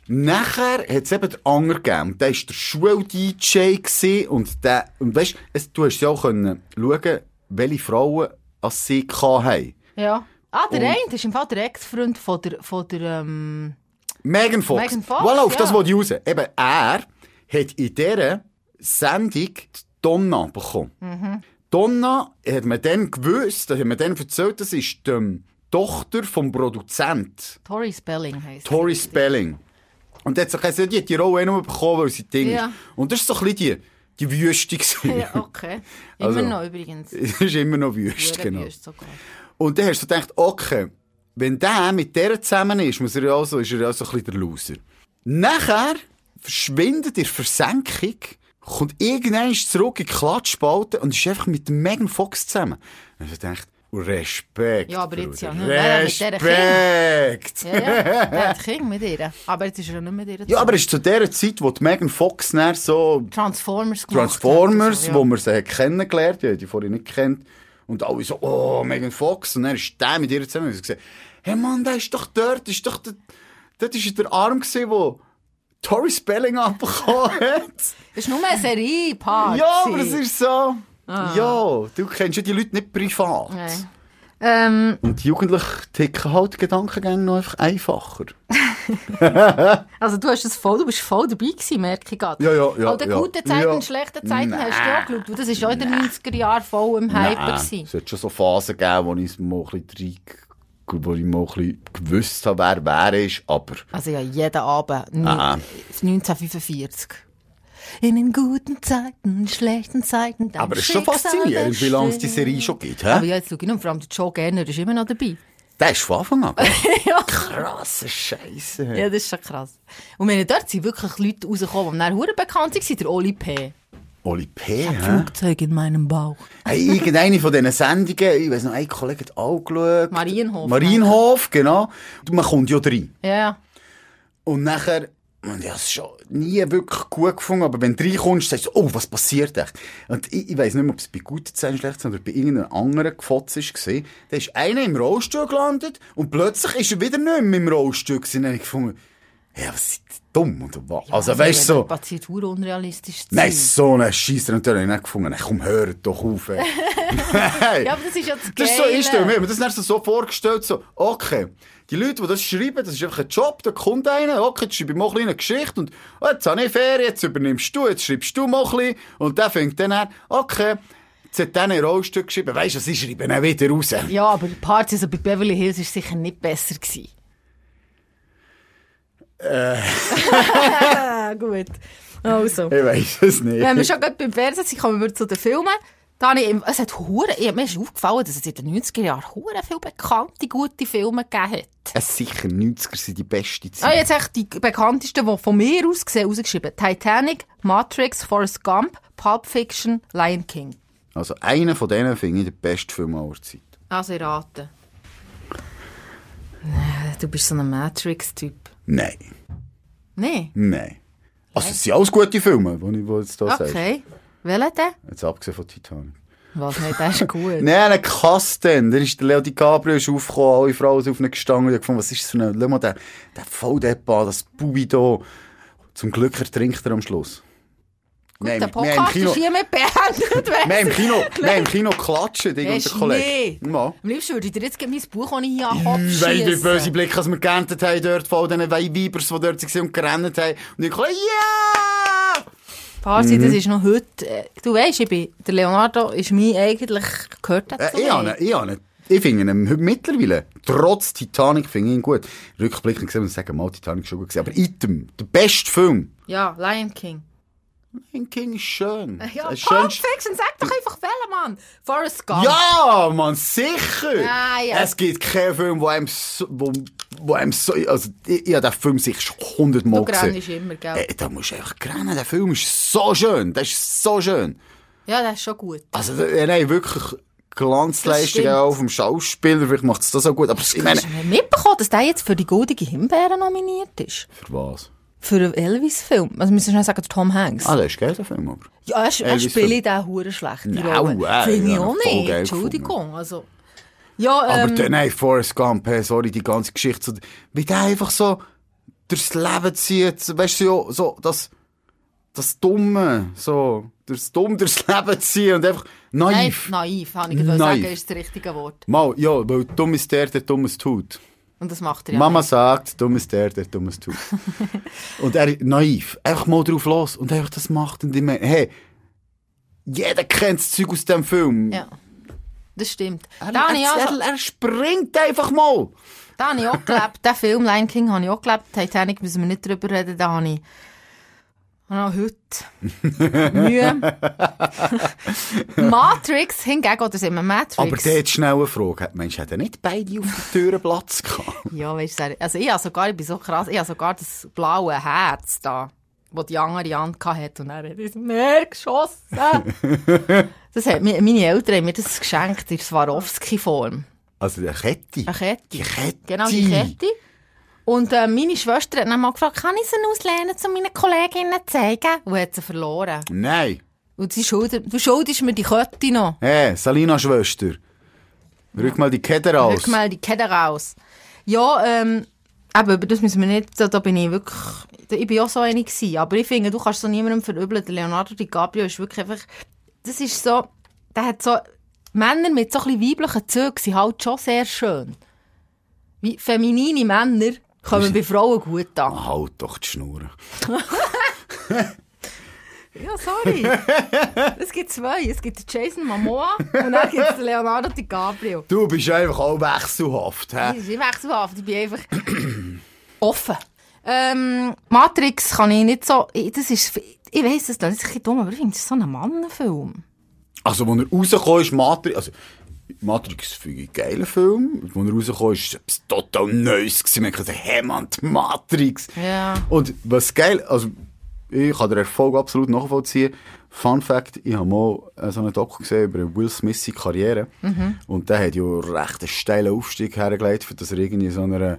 Speaker 1: Nachher hat es eben den Anger gegeben. Der war der Schul-DJ gewesen und der, und weisst, es, du hast ja auch können schauen, welche Frauen als sie hatten.
Speaker 2: ja. Ah, der
Speaker 1: Und-
Speaker 2: eine ist im Fall der Ex-Freund von der, von der, ähm,
Speaker 1: Megan Fox.
Speaker 2: Megan Fox,
Speaker 1: voilà, auf
Speaker 2: ja.
Speaker 1: das wollte ich raus. Eben, er hat in dieser Sendung die Donna bekommen.
Speaker 2: Mhm.
Speaker 1: Donna hat man dann gewusst, hat man dann erzählt, das ist die ähm, Tochter vom Produzent.
Speaker 2: Tori Spelling heisst.
Speaker 1: Tori Spelling. Und jetzt hat sie gesagt, die hat die Rolle eh nur bekommen, weil sie Ding
Speaker 2: Ja.
Speaker 1: ist. Und das ist so ein bisschen die, die Wüste gewesen. *laughs*
Speaker 2: ja, okay. Immer
Speaker 1: Also-
Speaker 2: noch übrigens.
Speaker 1: Es ist immer noch Wüste,
Speaker 2: Hure
Speaker 1: genau.
Speaker 2: wüst sogar.
Speaker 1: Und dann hast du gedacht, okay, wenn der mit der zusammen ist, muss er ja auch so, ist er ja auch so ein bisschen der Loser. Nachher verschwindet in der Versenkung, kommt irgendwann zurück in die Klatschspalte und ist einfach mit dem Megan Fox zusammen. Und ich dachte, Respekt.
Speaker 2: Ja, aber jetzt ja
Speaker 1: Bruder,
Speaker 2: nicht. Wer hat mit dieser
Speaker 1: Respekt!
Speaker 2: Ja, ja. Der hat King mit ihr. Aber jetzt ist er nicht mit ihr.
Speaker 1: Ja,
Speaker 2: zusammen.
Speaker 1: aber es ist zu der Zeit, wo die Megan Fox dann so
Speaker 2: Transformers gemacht.
Speaker 1: Transformers,
Speaker 2: hat,
Speaker 1: wo
Speaker 2: also,
Speaker 1: man sie hat kennengelernt, die haben die vorher nicht kennt. Und alle so, oh, Megan Fox. Und dann ist der mit ihr zusammen und gesagt, hey Mann, der ist doch dort, ist doch der, dort ist der Arm gewesen, wo Tori Spelling *laughs* abbekommen hat.
Speaker 2: ja. Ist nur eine Serie, Part.
Speaker 1: ja, aber es ist so. Ja, du kennst ja die Leute nicht privat.
Speaker 2: Ah. Nein. Ähm,
Speaker 1: Und die Jugendlichen ticken halt die Gedankengänge noch einfach einfacher.
Speaker 2: also du hast es voll, du bist voll dabei gewesen, merke ich gerade.
Speaker 1: Ja, ja, ja,
Speaker 2: Auch der
Speaker 1: ja.
Speaker 2: guten Zeiten
Speaker 1: Ja.
Speaker 2: und schlechten Zeiten
Speaker 1: Nein.
Speaker 2: hast du ja geschaut. weil Das war ja in den 90er Jahren voll im Hype. gewesen.
Speaker 1: Es hat schon so Phasen gegeben, wo ich mal ein bisschen rein- wo ich mal ein bisschen gewusst habe, wer wer ist, aber...
Speaker 2: Also ja, jeden Abend. ni-
Speaker 1: Ah.
Speaker 2: 1945. In den guten Zeiten, schlechten Zeiten. dein
Speaker 1: Aber es ist schon
Speaker 2: Schicksal
Speaker 1: faszinierend, wie lange es die
Speaker 2: bestimmt.
Speaker 1: Serie schon gibt.
Speaker 2: Aber
Speaker 1: Hä? *laughs*
Speaker 2: ja, jetzt schau ich noch, vor allem der Joe Gerner ist immer noch dabei.
Speaker 1: Der ist von Anfang an. Krasse Scheiße.
Speaker 2: Ja, das ist schon krass. Und wir haben dort sind wirklich Leute rausgekommen, die dann verdammt bekannt waren, der Oli P.
Speaker 1: Oli P. hä?
Speaker 2: Flugzeug in meinem Bauch.
Speaker 1: Hey, irgendeine von diesen Sendungen, ich weiss noch, ein Kollege hat auch geschaut.
Speaker 2: Marienhof.
Speaker 1: Marienhof, genau. Und man kommt ja rein.
Speaker 2: Ja.
Speaker 1: Und nachher, und ich habe es schon nie wirklich gut gefunden, aber wenn du reinkommst, sagst du, oh, was passiert echt? Und ich, ich weiss nicht mehr, ob es bei guten Zähnen schlecht ist, oder bei irgendeinem anderen Gefotz war. Da ist einer im Rollstuhl gelandet und plötzlich ist er wieder nicht mehr im Rollstuhl gewesen. Und dann habe ich gefunden, ja, was seid ihr dumm? Und, was? also, weißt du, so,
Speaker 2: Passiert hure unrealistisch zu
Speaker 1: nein,
Speaker 2: sein.
Speaker 1: so eine Scheisse. Und dann habe ich nicht gefunden, nein, komm, hör doch auf.
Speaker 2: *laughs*
Speaker 1: ey. Nein.
Speaker 2: Ja, aber das ist ja das
Speaker 1: Das ist so, ich stelle mir
Speaker 2: Geile.
Speaker 1: immer das dann so vorgestellt, so, okay, die Leute, die das schreiben, das ist einfach ein Job, da kommt einer, okay, jetzt schreibe ich mal ein bisschen eine Geschichte und oh, jetzt habe ich Ferien, jetzt übernimmst du, jetzt schreibst du mal ein bisschen und dann fängt dann an, okay, jetzt hat der ein Rollstück geschrieben, weisst du, sie schreiben dann wieder raus.
Speaker 2: Ja, aber die Party also bei Beverly Hills war sicher nicht besser. Gewesen. Äh. *laughs* Gut. Also.
Speaker 1: Ich weiss es nicht.
Speaker 2: Wenn wir schon gerade beim Fernsehen sind, kommen wir zu den Filmen. Da habe ich, im- es hat hure, ich- mir ist aufgefallen, dass es in den 90er Jahren hure viele bekannte, gute Filme gegeben hat.
Speaker 1: Es sicher 90er sind die beste
Speaker 2: Ah,
Speaker 1: Zeit.
Speaker 2: jetzt echt die bekanntesten, die von mir aus gesehen rausgeschrieben. Titanic, Matrix, Forrest Gump, Pulp Fiction, Lion King.
Speaker 1: Also einer von denen finde ich der beste Film aller Zeit.
Speaker 2: Also ich rate. Nee, Du bist so ein Matrix-Typ.
Speaker 1: Nein,
Speaker 2: Nee.
Speaker 1: nein. Also es sind alles gute Filme, die ich die jetzt da sage.
Speaker 2: Okay. Welchen denn?
Speaker 1: Jetzt abgesehen von Titanic.
Speaker 2: Was nicht, der ist gut.
Speaker 1: *laughs* Nein, einen Kasten. Da ist der Leo DiCaprio ist aufgekommen, alle Frauen sind auf ihn gestanden und ich hab gefunden, was ist das für ein, schau mal, der, der Volldepa, das Bubi da. Zum Glück ertrinkt er am Schluss. Nein,
Speaker 2: der
Speaker 1: wir- wir haben im
Speaker 2: Podcast
Speaker 1: Kino,
Speaker 2: ist hiermit beendet.
Speaker 1: wir haben im
Speaker 2: weiss ich.
Speaker 1: Kino,
Speaker 2: *laughs*
Speaker 1: wir haben im Kino geklatscht, ich und
Speaker 2: Weisst
Speaker 1: der
Speaker 2: du
Speaker 1: Kollege. Hm,
Speaker 2: nicht.
Speaker 1: Ja.
Speaker 2: Am liebsten würde ich dir jetzt gleich mein Buch, das ich hier an den Kopf
Speaker 1: Weil die böse
Speaker 2: schiessen.
Speaker 1: Blicke, die wir geerntet haben dort, von all diesen Weibers, die dort waren und gerannt haben. Und ich Kollege, yeah!
Speaker 2: Parsi,
Speaker 1: Mhm.
Speaker 2: das ist noch heute... äh, Du weisst, ich bin... Der Leonardo ist mir eigentlich... Gehört
Speaker 1: Äh,
Speaker 2: dazu.
Speaker 1: ich habe ihn- ich habe ihn- ich finde ihn heute mittlerweile, trotz Titanic, finde ich ihn gut. Rückblickend gesehen, muss ich sagen, mal Titanic ist schon gut gewesen. Aber Item, der beste Film.
Speaker 2: Ja, Lion King.
Speaker 1: Lion King ist schön.
Speaker 2: Ja,
Speaker 1: Ein
Speaker 2: Pulp
Speaker 1: schönst-
Speaker 2: Fiction, sag doch einfach welchen, Mann. Forrest Gump.
Speaker 1: ja, man, sicher!
Speaker 2: Ah, ja.
Speaker 1: Es gibt keinen Film, wo einem so, wo, wo einem so, also, ich, ich habe den Film sicher hundertmal
Speaker 2: Du grennst
Speaker 1: gesehen.
Speaker 2: immer, gell?
Speaker 1: Äh, da musst du einfach grennen, der Film ist so schön, der ist so schön.
Speaker 2: Ja, das ist schon gut.
Speaker 1: Also, da- ja, nein, wirklich Glanzleistung
Speaker 2: stimmt.
Speaker 1: auch auf dem Schauspieler, vielleicht macht es das auch gut, aber ich meine,
Speaker 2: Hast du mitbekommen, dass der jetzt für die Goldige Himbeere nominiert ist?
Speaker 1: für was?
Speaker 2: Für einen Elvis-Film. Also müssen wir schon sagen, der Tom Hanks.
Speaker 1: Ah, das ist geil, der Film, aber.
Speaker 2: ja, er, er
Speaker 1: Elvis-Film.
Speaker 2: spielt auch hure schlecht. die
Speaker 1: Nein,
Speaker 2: Rolle.
Speaker 1: wow,
Speaker 2: Finde ich
Speaker 1: äh, ja,
Speaker 2: auch
Speaker 1: voll
Speaker 2: nicht.
Speaker 1: geil
Speaker 2: Entschuldigung. Also, ja,
Speaker 1: Aber
Speaker 2: ähm,
Speaker 1: der, nein, Forrest Gump, hey, sorry, die ganze Geschichte, so, wie der einfach so durchs Leben zieht, so, weißt du, so, so das, das Dumme, so, durchs Dumme durchs *laughs* Leben ziehen und einfach
Speaker 2: nein,
Speaker 1: naiv.
Speaker 2: naiv, habe ich gewollt sagen,
Speaker 1: Naiv.
Speaker 2: ist das richtige Wort.
Speaker 1: Mal, ja, weil dumm ist der, der dummes tut.
Speaker 2: Und das macht er ja.
Speaker 1: Mama sagt, dumm ist der, der dummes
Speaker 2: *laughs*
Speaker 1: tut. und er ist naiv, einfach mal drauf los und einfach das macht und ich meine, hey, jeder kennt das Zeug aus dem Film.
Speaker 2: nicht. Ja. also- Das stimmt.
Speaker 1: Er,
Speaker 2: Da habe ich auch
Speaker 1: er,
Speaker 2: schon-
Speaker 1: er, er springt einfach mal.
Speaker 2: Da habe ich auch gelebt. Den Film Lion King habe ich auch gelebt. Titanic müssen wir nicht drüber reden. Da habe ich habe ich auch
Speaker 1: *laughs*
Speaker 2: heute Mühe. *laughs* Matrix hingegen, oder sind wir Matrix?
Speaker 1: Aber dort schnell eine Frage. Mensch, hat er nicht beide auf der Tür Platz
Speaker 2: *laughs*
Speaker 1: gehabt?
Speaker 2: Ja, weißt du, also ich habe sogar, ich bin so krass, ich habe sogar das blaue Herz da, das die andere Hand hatte und er hat ins Meer geschossen. das hat, mi- meine Eltern haben mir das geschenkt in Swarovski-Form.
Speaker 1: Also der Kette.
Speaker 2: Eine Kette.
Speaker 1: Die Kette.
Speaker 2: Genau, die Kette. Und äh, meine Schwester hat dann mal gefragt, kann ich sie auslehnen, zu meinen Kolleginnen zu zeigen? Und hat sie verloren.
Speaker 1: Nein.
Speaker 2: Und sie schuldet, du schuldest mir die Kette noch.
Speaker 1: Hey, Salina-Schwester. Rück mal die Kette raus.
Speaker 2: Rück mal die Kette raus. Ja, ähm, eben, über das müssen wir nicht, da, da bin ich wirklich, da, ich bin auch so eine gewesen, aber ich finde, du kannst so niemandem verübeln, der Leonardo DiCaprio ist wirklich einfach, das ist so, der hat so, Männer mit so ein bisschen weiblichen Zügen sind halt schon sehr schön. Wie feminine Männer kommen bei Frauen gut an.
Speaker 1: Halt doch die Schnur.
Speaker 2: Ja, *laughs* sorry. es gibt zwei, es gibt den Jason Momoa und dann gibt es den Leonardo DiCaprio.
Speaker 1: Du bist einfach auch wechselhaft. He?
Speaker 2: Ich bin wechselhaft, ich bin einfach offen. Ähm, Matrix kann ich nicht so. ich- Das ist, ich weiß, das klingt jetzt ein bisschen dumm, aber ich finde, das ist so ein Mannenfilm.
Speaker 1: Also, als er rausgekommen ist, Matrix... Also, Matrix finde ich einen geilen Film. Als er rausgekommen ist, war etwas total Neues. gewesen. Man hat gesagt, hey Mann, die Matrix.
Speaker 2: Ja.
Speaker 1: Und was geil, also ich kann den Erfolg absolut nachvollziehen. Fun Fact, ich habe mal äh, so einen Doku gesehen über Will Smiths Karriere.
Speaker 2: Mhm.
Speaker 1: Und der hat ja recht einen steilen Aufstieg hergelegt, für das er irgendwie so einer,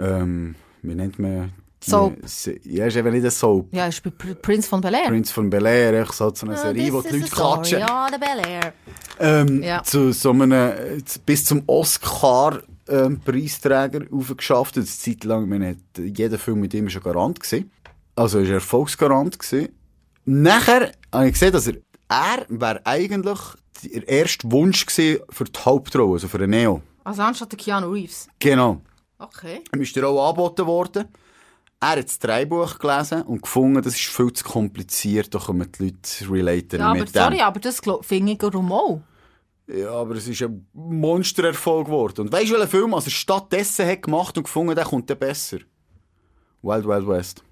Speaker 1: ähm, wie nennt man... die-
Speaker 2: Soap.
Speaker 1: Se- Ja, ist eben nicht eine Soap.
Speaker 2: Ja, ist bei Pr- Prince von Bel Air.
Speaker 1: Prinz von Bel-Air, echt so so eine
Speaker 2: Ah,
Speaker 1: Serie, wo
Speaker 2: this
Speaker 1: die Leute
Speaker 2: is a story
Speaker 1: klatschen.
Speaker 2: Ja, der Bel Air.
Speaker 1: Ähm,
Speaker 2: Ja.
Speaker 1: zu so einem, äh, zu- bis zum Oscar-Preisträger aufgeschafft. Eine Zeit lang, man hat, äh, jeder Film mit ihm war ein Garant. Gewesen. Also ist er Erfolgsgarant. Gewesen. Nachher habe ich gesehen, dass er, er wäre eigentlich der erste Wunsch gewesen für die Hauptrolle, also für den Neo.
Speaker 2: Also anstatt der Keanu Reeves.
Speaker 1: Genau.
Speaker 2: Okay.
Speaker 1: Ihm ist der auch angeboten worden. Er hat das Drehbuch gelesen und gefunden, das ist viel zu kompliziert, da kommen die Leute relaten
Speaker 2: Ja, aber
Speaker 1: mit dem.
Speaker 2: sorry, aber das glaub- finde ich auch mal.
Speaker 1: Ja, aber es ist ein Monstererfolg geworden. Und weißt du, welchen Film also stattdessen hat gemacht und gefunden, der kommt dann besser? Wild Wild West.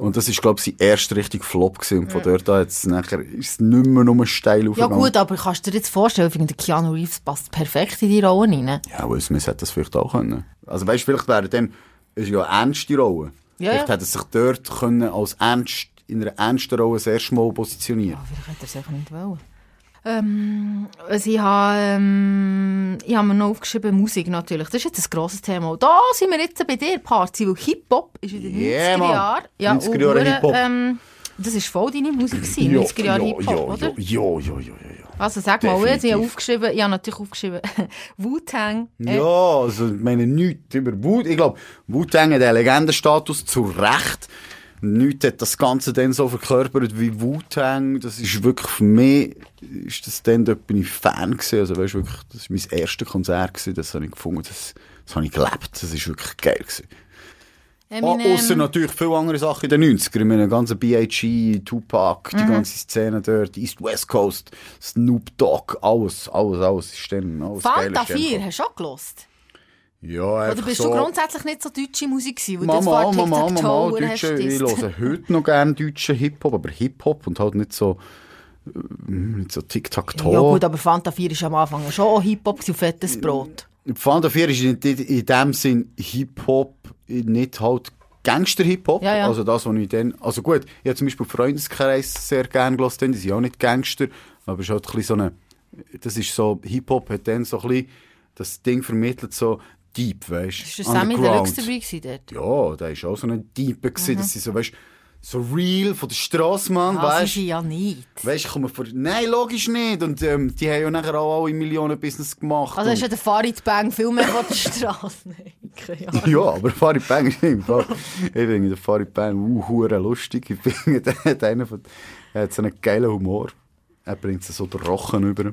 Speaker 1: Und das ist, glaube ich, sein erster richtig Flop gewesen. Und von dort an hat's nachher, ist es nicht mehr nur steil
Speaker 2: Ja
Speaker 1: aufgegangen.
Speaker 2: gut, aber kannst du dir jetzt vorstellen, ich finde, der Keanu Reeves passt perfekt in die Rolle rein.
Speaker 1: Ja, Will Smith hätte das vielleicht auch können. Also weißt du, vielleicht wäre dann, es ist ja eine ernste Rolle.
Speaker 2: Ja,
Speaker 1: vielleicht
Speaker 2: ja.
Speaker 1: hätte er sich dort können als ernst, in einer ernsten Rolle das erste Mal positionieren
Speaker 2: Aber Ah, vielleicht hätte er es einfach nicht wollen. Ähm, also ich habe, ähm, ich habe mir noch aufgeschrieben, Musik natürlich. Das ist jetzt ein grosses Thema. Und Da sind wir jetzt bei dir, Party, weil Hip-Hop ist in den
Speaker 1: Yeah,
Speaker 2: 90er
Speaker 1: Mann.
Speaker 2: Jahren. Ja,
Speaker 1: 90er
Speaker 2: und
Speaker 1: Jahre
Speaker 2: hure,
Speaker 1: Hip-Hop.
Speaker 2: Ähm, das war voll deine Musik, gewesen, 90er Jahre Hip-Hop, oder?
Speaker 1: ja, ja, ja, ja, ja.
Speaker 2: Also sag mal, jetzt, ich habe
Speaker 1: Definitiv.
Speaker 2: aufgeschrieben, ich habe natürlich aufgeschrieben, *laughs* Wu-Tang, äh,
Speaker 1: Ja, also, ich meine, nichts über Wu. Ich glaube, Wu-Tang hat den Legendenstatus zu Recht. Nichts hat das Ganze dann so verkörpert wie Wu-Tang. Das ist wirklich für mich, ist das dann, dort bin ich Fan gewesen. Also, weißt du, wirklich, das war mein erstes Konzert gewesen. Das habe ich gefunden, das, das habe ich gelebt. Das ist wirklich geil gewesen. Ah,
Speaker 2: Eminem.
Speaker 1: Außer natürlich viele andere Sachen in den 90ern. Ich meine, ganze B.I.G., Tupac,
Speaker 2: Mhm.
Speaker 1: die ganze Szene dort, East West Coast, Snoop Dogg, alles, alles, alles ist dann, alles geil
Speaker 2: Fanta
Speaker 1: ist dann
Speaker 2: 4, hast du auch gelost?
Speaker 1: Ja,
Speaker 2: Oder
Speaker 1: einfach
Speaker 2: bist
Speaker 1: so.
Speaker 2: du grundsätzlich nicht so deutsche Musik gewesen? weil du jetzt
Speaker 1: Mama,
Speaker 2: vorher
Speaker 1: Mama, Mama,
Speaker 2: TikTok
Speaker 1: Mama,
Speaker 2: Tower hast
Speaker 1: deutsche, ich
Speaker 2: gedisst?
Speaker 1: höre heute noch gerne deutschen Hip-Hop, aber Hip-Hop und halt nicht so, äh, nicht so Tic-Tac-Toe.
Speaker 2: Ja gut, aber Fanta 4 ist am Anfang schon auch Hip-Hop gewesen,
Speaker 1: Mm.
Speaker 2: fettes Brot.
Speaker 1: Fanta 4 ist in, in dem Sinn Hip-Hop, nicht halt Gangster-Hip-Hop.
Speaker 2: Ja, ja.
Speaker 1: Also das, was ich dann... Also gut, ich habe zum Beispiel Freundeskreis sehr gerne gelassen, die sind auch nicht Gangster, aber es ist halt ein bisschen so eine... Das ist so... Hip-Hop hat dann so ein bisschen das Ding vermittelt, so deep, weißt
Speaker 2: Ist der Sammy Deluxe dabei gewesen dort?
Speaker 1: Ja, da war auch so ein Typ, mhm. dass sie so, weißt, so real von der Straße, Mann,
Speaker 2: Das ist
Speaker 1: weißt
Speaker 2: Ah, sie ja nicht.
Speaker 1: Weißt du, vor. Nein, logisch nicht. Und ähm, die haben ja nachher auch alle Millionen-Business gemacht.
Speaker 2: Also ist ja
Speaker 1: und,
Speaker 2: der Farid Bang viel mehr auf der Straße. *laughs* Nein, keine Ahnung.
Speaker 1: *laughs* ja, aber Farid Bang *laughs* ist im Fall. Ich finde den Farid Bang uh, hure lustig. Ich finde, *laughs* der hat, einen von, er hat so einen geilen Humor. Er bringt so den Rochen über.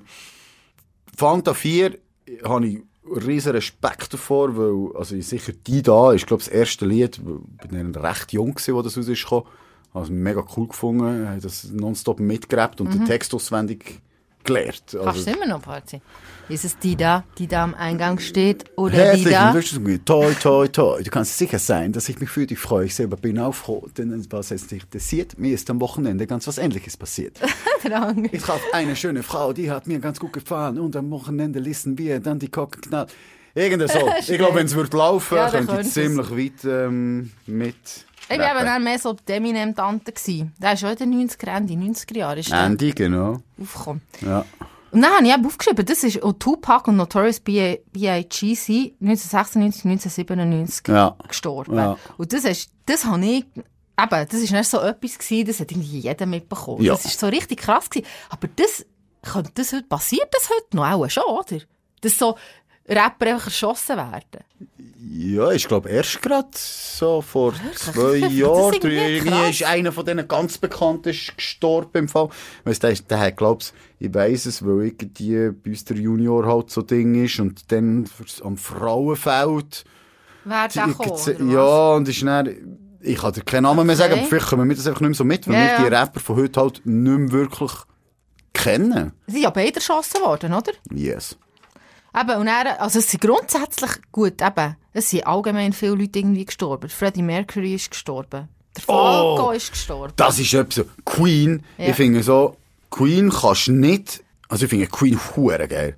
Speaker 1: Fanta 4 habe ich riesen Respekt davor, weil also sicher die da ist glaube ich, das erste Lied, ich bin dann recht jung gewesen, wo das rausgekommen also mega cool gefunden, habe das nonstop mitgerebt und den Text auswendig gelernt.
Speaker 2: Kannst
Speaker 1: Also,
Speaker 2: du immer noch Party? Ist es die da, die da am Eingang steht? Oder die
Speaker 1: Herzlich
Speaker 2: da? *laughs*
Speaker 1: willkommen. Toi, toi, toi. Du kannst sicher sein, dass ich mich für dich freue. Ich selber bin auch froh, denn was es dich interessiert, mir ist am Wochenende ganz was Ähnliches
Speaker 2: *laughs*
Speaker 1: passiert.
Speaker 2: Drang.
Speaker 1: Ich traf eine schöne Frau, die hat mir ganz gut gefallen und am Wochenende ließen wir dann die Kocken knallen. Irgendwas
Speaker 2: *laughs*
Speaker 1: so. ich glaube, wenn es würde laufen,
Speaker 2: Ja, dann
Speaker 1: könnte ich
Speaker 2: könnte es.
Speaker 1: ziemlich weit ähm, mit.
Speaker 2: Ich war eben dann mehr so die Eminem-Tante. gewesen. Der ist schon in den 90er, Ende 90er Jahren ist der
Speaker 1: Andy, genau.
Speaker 2: aufgekommen.
Speaker 1: Ja.
Speaker 2: Und dann habe ich eben aufgeschrieben, das ist und Tupac und Notorious B.I.G. sind 1996, 1997
Speaker 1: Ja.
Speaker 2: gestorben.
Speaker 1: Ja.
Speaker 2: Und das, ist, das habe ich, eben, das ist nicht so etwas gewesen, das hat irgendwie jeder mitbekommen.
Speaker 1: Ja.
Speaker 2: Das ist so richtig krass gewesen. Aber das, könnte das heute, passiert das heute noch auch schon, oder? Dass so Rapper einfach erschossen werden.
Speaker 1: Ja, ich glaube, erst gerade so vor zwei
Speaker 2: *laughs* Das ist
Speaker 1: Jahren.
Speaker 2: irgendwie
Speaker 1: Irgendwie
Speaker 2: krass.
Speaker 1: ist einer von denen ganz bekannt ist gestorben im Fall. Weißt du, der, ist- der hat, glaub's, ich weiss es, weil irgendwie bei uns der Junior halt so Ding ist und dann fürs- am Frauenfeld.
Speaker 2: Wer da kommt, oder was?
Speaker 1: Ja, dus und ist dann, ich kann dir keinen Namen mehr sagen,
Speaker 2: Okay.
Speaker 1: aber vielleicht kommen wir das einfach nicht mehr so mit, weil
Speaker 2: Ja,
Speaker 1: wir die
Speaker 2: ja.
Speaker 1: Rapper von heute halt nicht mehr wirklich kennen.
Speaker 2: Sie sind ja beide erschossen worden, oder?
Speaker 1: Yes.
Speaker 2: Eben, und dann, also es sind grundsätzlich gut, eben, es sind allgemein viele Leute irgendwie gestorben. Freddie Mercury ist gestorben. Der
Speaker 1: Oh!
Speaker 2: Falco ist gestorben.
Speaker 1: Das ist etwas. so. Queen,
Speaker 2: Ja.
Speaker 1: ich finde so, Queen kannst nicht, also ich finde Queen hure geil.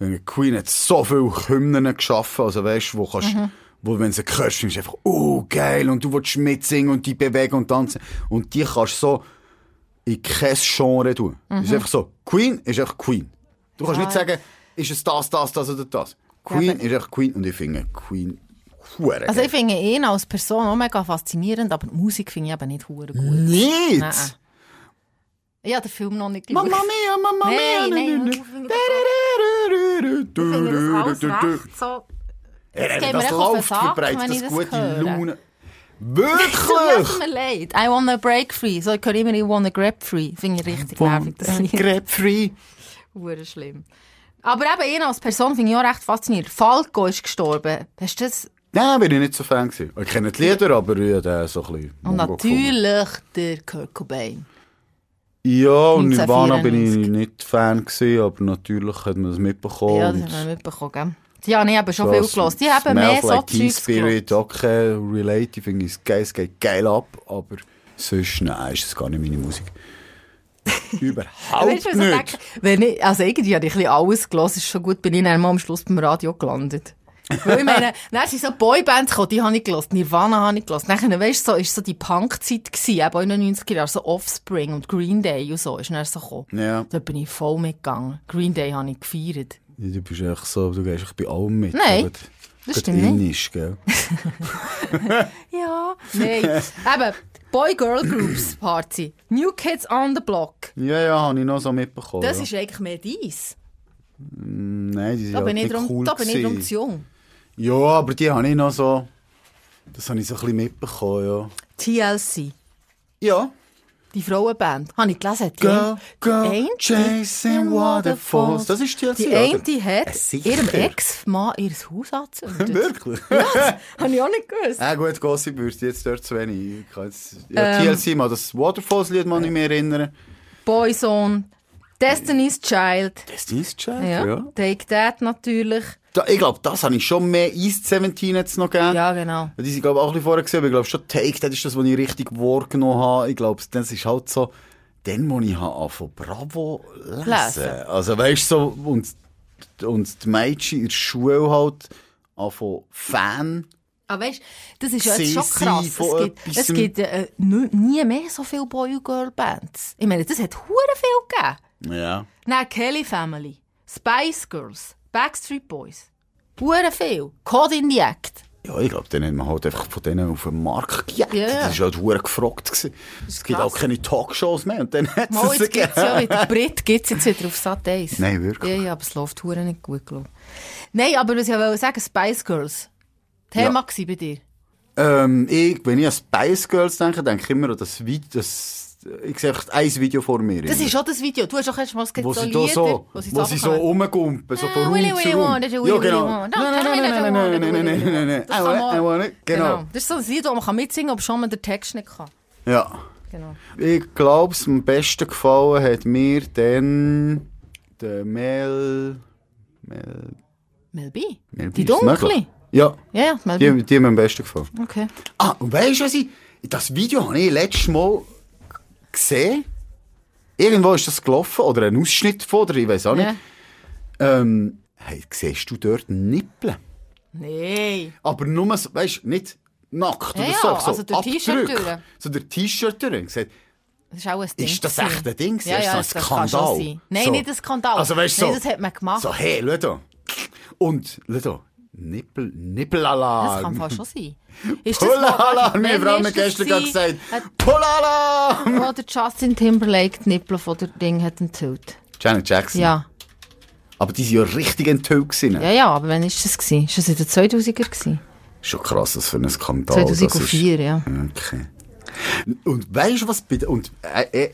Speaker 1: Die Queen hat so viele Hymnen geschaffen, also weißt du, wo kannst,
Speaker 2: Mhm.
Speaker 1: wo wenn sie hörst, ist einfach, oh geil, und du willst mitsingen und die bewegen und tanzen. Und die kannst du so in kein Genre tun. Es
Speaker 2: Mhm.
Speaker 1: ist einfach so, Queen ist einfach Queen. Du kannst nicht sagen, ist es das, das, das oder das. Queen
Speaker 2: Ja, aber-
Speaker 1: ist einfach Queen und ich finde Queen hure
Speaker 2: Also
Speaker 1: geil.
Speaker 2: ich finde ihn als Person auch mega faszinierend, aber die Musik finde ich eben nicht hure gut.
Speaker 1: Nicht!
Speaker 2: Nein. Ich habe den Film noch nicht
Speaker 1: Mamma
Speaker 2: geschaut.
Speaker 1: mia, mamma mia!
Speaker 2: Nein, nein,
Speaker 1: nu, nu,
Speaker 2: ich
Speaker 1: nu.
Speaker 2: finde das
Speaker 1: Du, du,
Speaker 2: Ich finde
Speaker 1: du,
Speaker 2: das
Speaker 1: du,
Speaker 2: alles
Speaker 1: du.
Speaker 2: recht so...
Speaker 1: Hey,
Speaker 2: geht
Speaker 1: wenn
Speaker 2: mir
Speaker 1: das
Speaker 2: echt auf den
Speaker 1: läuft,
Speaker 2: Sack,
Speaker 1: verbreitet
Speaker 2: wenn ich
Speaker 1: das
Speaker 2: das
Speaker 1: gute
Speaker 2: höre.
Speaker 1: Laune.
Speaker 2: Tut
Speaker 1: Wirklich!
Speaker 2: mir leid. I wanna break free. So, ich höre immer, I wanna grab free. Finde ich richtig nervig, das Lied.
Speaker 1: Grab-free.
Speaker 2: Hure schlimm. Aber eben, ihn als Person finde ich auch recht faszinierend. Falco ist gestorben. Hast du das?
Speaker 1: Nein, bin ich nicht so Fan gewesen. Ich kenne die Lieder, aber ich habe den so ein bisschen...
Speaker 2: Und
Speaker 1: Mongo gefunden.
Speaker 2: natürlich der Kurt Cobain.
Speaker 1: Ja, und Nirvana bin ich
Speaker 2: 1994.
Speaker 1: nicht Fan gewesen, aber natürlich hat man es mitbekommen.
Speaker 2: Ja, das
Speaker 1: und
Speaker 2: haben wir mitbekommen, gell? Ja, nee, ich habe schon
Speaker 1: das
Speaker 2: viel gehört. Die haben
Speaker 1: Smells
Speaker 2: mehr so
Speaker 1: like Teen
Speaker 2: Zeugs gehört.
Speaker 1: Spirit, okay, relate, ich finde es geil, es geht geil ab, aber sonst, nein, ist das gar nicht meine
Speaker 2: *laughs*
Speaker 1: Musik. Überhaupt
Speaker 2: Weißt du,
Speaker 1: nicht.
Speaker 2: was ich denke? Wenn ich, also irgendwie habe ich ein bisschen alles gehört, ist schon gut, bin ich dann mal am Schluss beim Radio gelandet. Weil
Speaker 1: *laughs*
Speaker 2: ich meine, dann sind so Boybands gekommen, die habe ich gehört, Nirvana habe ich gehört. Nachher, weißt du, so, ist so die Punk-Zeit gewesen, eben auch in den 90er Jahren, so Offspring und Green Day und so, ist dann so gekommen.
Speaker 1: Ja.
Speaker 2: Da bin ich voll mitgegangen. Green Day habe ich gefeiert.
Speaker 1: Du bist echt so, du gehst echt bei allem mit.
Speaker 2: Nein,
Speaker 1: aber
Speaker 2: das
Speaker 1: gerade
Speaker 2: stimmt
Speaker 1: in
Speaker 2: nicht.
Speaker 1: Ist, gell?
Speaker 2: Ja.
Speaker 1: *laughs*
Speaker 2: Nein. Eben, Boy-Girl-Groups-Party. New Kids on the Block.
Speaker 1: Ja, ja, habe ich noch so mitbekommen.
Speaker 2: Das
Speaker 1: ja.
Speaker 2: ist eigentlich mehr dies.
Speaker 1: Nein, die sind
Speaker 2: Da
Speaker 1: halt
Speaker 2: bin ich
Speaker 1: nicht
Speaker 2: drum,
Speaker 1: cool
Speaker 2: da bin ich drum
Speaker 1: gewesen.
Speaker 2: zu jung.
Speaker 1: Ja, aber die habe ich noch so... Das habe ich so ein bisschen mitbekommen, ja.
Speaker 2: TLC.
Speaker 1: Ja.
Speaker 2: Die Frauenband. Habe ich gelesen. Die
Speaker 1: Girl, girl,
Speaker 2: die eine-
Speaker 1: chasing waterfalls. Das ist TLC,
Speaker 2: Die
Speaker 1: oder?
Speaker 2: eine
Speaker 1: Ja,
Speaker 2: hat
Speaker 1: sicher.
Speaker 2: ihrem Ex-Mann ihr Haus angezündet.
Speaker 1: Wirklich? *laughs*
Speaker 2: Habe ich auch nicht gewusst.
Speaker 1: Ah gut, Gossip Bürste, jetzt dort zu wenig. Ich kann jetzt,
Speaker 2: Ähm.
Speaker 1: ja, TLC mal, das Waterfalls-Lied mal nicht mehr erinnern.
Speaker 2: Boyzone. Destiny's Child.
Speaker 1: Destiny's Child,
Speaker 2: Ja.
Speaker 1: ja.
Speaker 2: Take That natürlich.
Speaker 1: Da, ich glaube, das habe ich schon mehr East 17 jetzt noch gegeben.
Speaker 2: Ja, genau.
Speaker 1: Die sind, glaube ich, auch ein bisschen vorher gesehen, aber ich glaube schon Take, das ist das, was ich richtig wahrgenommen habe. Ich glaube, das ist halt so, dann, wo ich habe von Bravo lesen.
Speaker 2: Lesen.
Speaker 1: Also, weißt du, so, und, und die Mädchen in der Schule halt, von Fan.
Speaker 2: Aber weißt das ist ja jetzt
Speaker 1: Sie-
Speaker 2: schon
Speaker 1: sie
Speaker 2: krass. Es
Speaker 1: von
Speaker 2: gibt, es
Speaker 1: etwasem-
Speaker 2: gibt äh, nie nie mehr so viele Boy- und Girl-Bands. Ich meine, das hat hure viel gegeben.
Speaker 1: Ja.
Speaker 2: Nein, Kelly Family, Spice Girls, Backstreet Boys. Hure viel. Code in the Act.
Speaker 1: Ja, ich glaube, dann hat man halt einfach von denen auf den Markt gejagt.
Speaker 2: Ja, ja.
Speaker 1: Das war halt hure gefragt. gewesen. Es gibt
Speaker 2: krass.
Speaker 1: auch keine Talkshows mehr *laughs* und dann hat
Speaker 2: Mal,
Speaker 1: es
Speaker 2: jetzt
Speaker 1: gegeben. *laughs*
Speaker 2: gibt's ja wieder. Brit gibt's jetzt wieder auf Sat 1.
Speaker 1: Nein, wirklich.
Speaker 2: Ja, ja, aber es läuft hure nicht gut, glaube ich. Nein, aber was ich wollte sagen, Spice Girls. Thema ja. bei dir.
Speaker 1: Ähm, ich, wenn ich an Spice Girls denke, denke ich immer an das Video, das, ich sehe echt ein Video vor mir.
Speaker 2: Das ist schon das Video. Du hast auch erst mal es gibt
Speaker 1: wo
Speaker 2: so
Speaker 1: sie
Speaker 2: Lieder,
Speaker 1: da so,
Speaker 2: wo sie
Speaker 1: wo sie so
Speaker 2: runterkommen.
Speaker 1: rumgumpen, so von
Speaker 2: Ah,
Speaker 1: Raum
Speaker 2: Willy,
Speaker 1: zu
Speaker 2: Willy
Speaker 1: Raum.
Speaker 2: Wonder, Willy,
Speaker 1: ja,
Speaker 2: Willy
Speaker 1: genau.
Speaker 2: Wonder. Don't
Speaker 1: Nein, nein,
Speaker 2: tell me
Speaker 1: nein,
Speaker 2: that you
Speaker 1: nein,
Speaker 2: want
Speaker 1: nein,
Speaker 2: it,
Speaker 1: nein, nein,
Speaker 2: Willy,
Speaker 1: nein, nein,
Speaker 2: Willy.
Speaker 1: nein, nein.
Speaker 2: Das
Speaker 1: I want
Speaker 2: kann
Speaker 1: it, I
Speaker 2: man-
Speaker 1: want it. Genau.
Speaker 2: Das ist so ein Lied, das man kann mitsingen kann, aber schon man den Text nicht kann.
Speaker 1: Ja.
Speaker 2: Genau.
Speaker 1: Ich glaube, am besten gefallen hat mir dann der Mel, Mel,
Speaker 2: Mel B.
Speaker 1: Mel
Speaker 2: Die
Speaker 1: Bibs,
Speaker 2: Dunkle.
Speaker 1: möglich. Ja.
Speaker 2: Ja, ja, Mel B.
Speaker 1: Die, die haben mir am besten gefallen.
Speaker 2: Okay.
Speaker 1: Ah, und weißt du, was ich, das Video habe ich letztes Mal gesehen. Irgendwo ist das gelaufen, oder ein Ausschnitt von, oder ich weiß auch nicht.
Speaker 2: Ja.
Speaker 1: Ähm, hey, siehst du dort Nippel?
Speaker 2: Nein.
Speaker 1: Aber nur so, weißt du, nicht nackt
Speaker 2: Ja,
Speaker 1: oder
Speaker 2: ja,
Speaker 1: so. so
Speaker 2: also der T-Shirt
Speaker 1: abgedrückt.
Speaker 2: durch.
Speaker 1: So der T-Shirt durch. Ich gesagt,
Speaker 2: Das ist auch ein Ding.
Speaker 1: ist das
Speaker 2: gewesen.
Speaker 1: echt ein Ding? gewesen?
Speaker 2: Ja,
Speaker 1: Ist
Speaker 2: ja,
Speaker 1: das ein
Speaker 2: das kann
Speaker 1: Skandal?
Speaker 2: schon sein. Nein,
Speaker 1: so.
Speaker 2: nicht ein Skandal.
Speaker 1: Also, weißt, du,
Speaker 2: Nein,
Speaker 1: so,
Speaker 2: das hat man gemacht.
Speaker 1: So, hey, schau da. Und, schau da. Nippel, Nippelalarm.
Speaker 2: Das kann fast
Speaker 1: *laughs*
Speaker 2: schon sein. Ist
Speaker 1: Pullalarm, meine
Speaker 2: Wann
Speaker 1: Frau hat mir
Speaker 2: ist das
Speaker 1: gestern gerade gesagt.
Speaker 2: gewesen,
Speaker 1: Pullalarm!
Speaker 2: Wo der Justin Timberlake die Nippel von der Ding hat enthüllt.
Speaker 1: Janet Jackson.
Speaker 2: Ja.
Speaker 1: Aber die sind ja richtig enthüllt gewesen.
Speaker 2: Ja, ja, aber wann ist das gewesen? Ist das in den 2000er
Speaker 1: Oh,
Speaker 2: gewesen?
Speaker 1: Schon krass, was für ein Skandal das ist.
Speaker 2: 2004, ja.
Speaker 1: Okay. Und weißt du was bitte? Und äh, äh,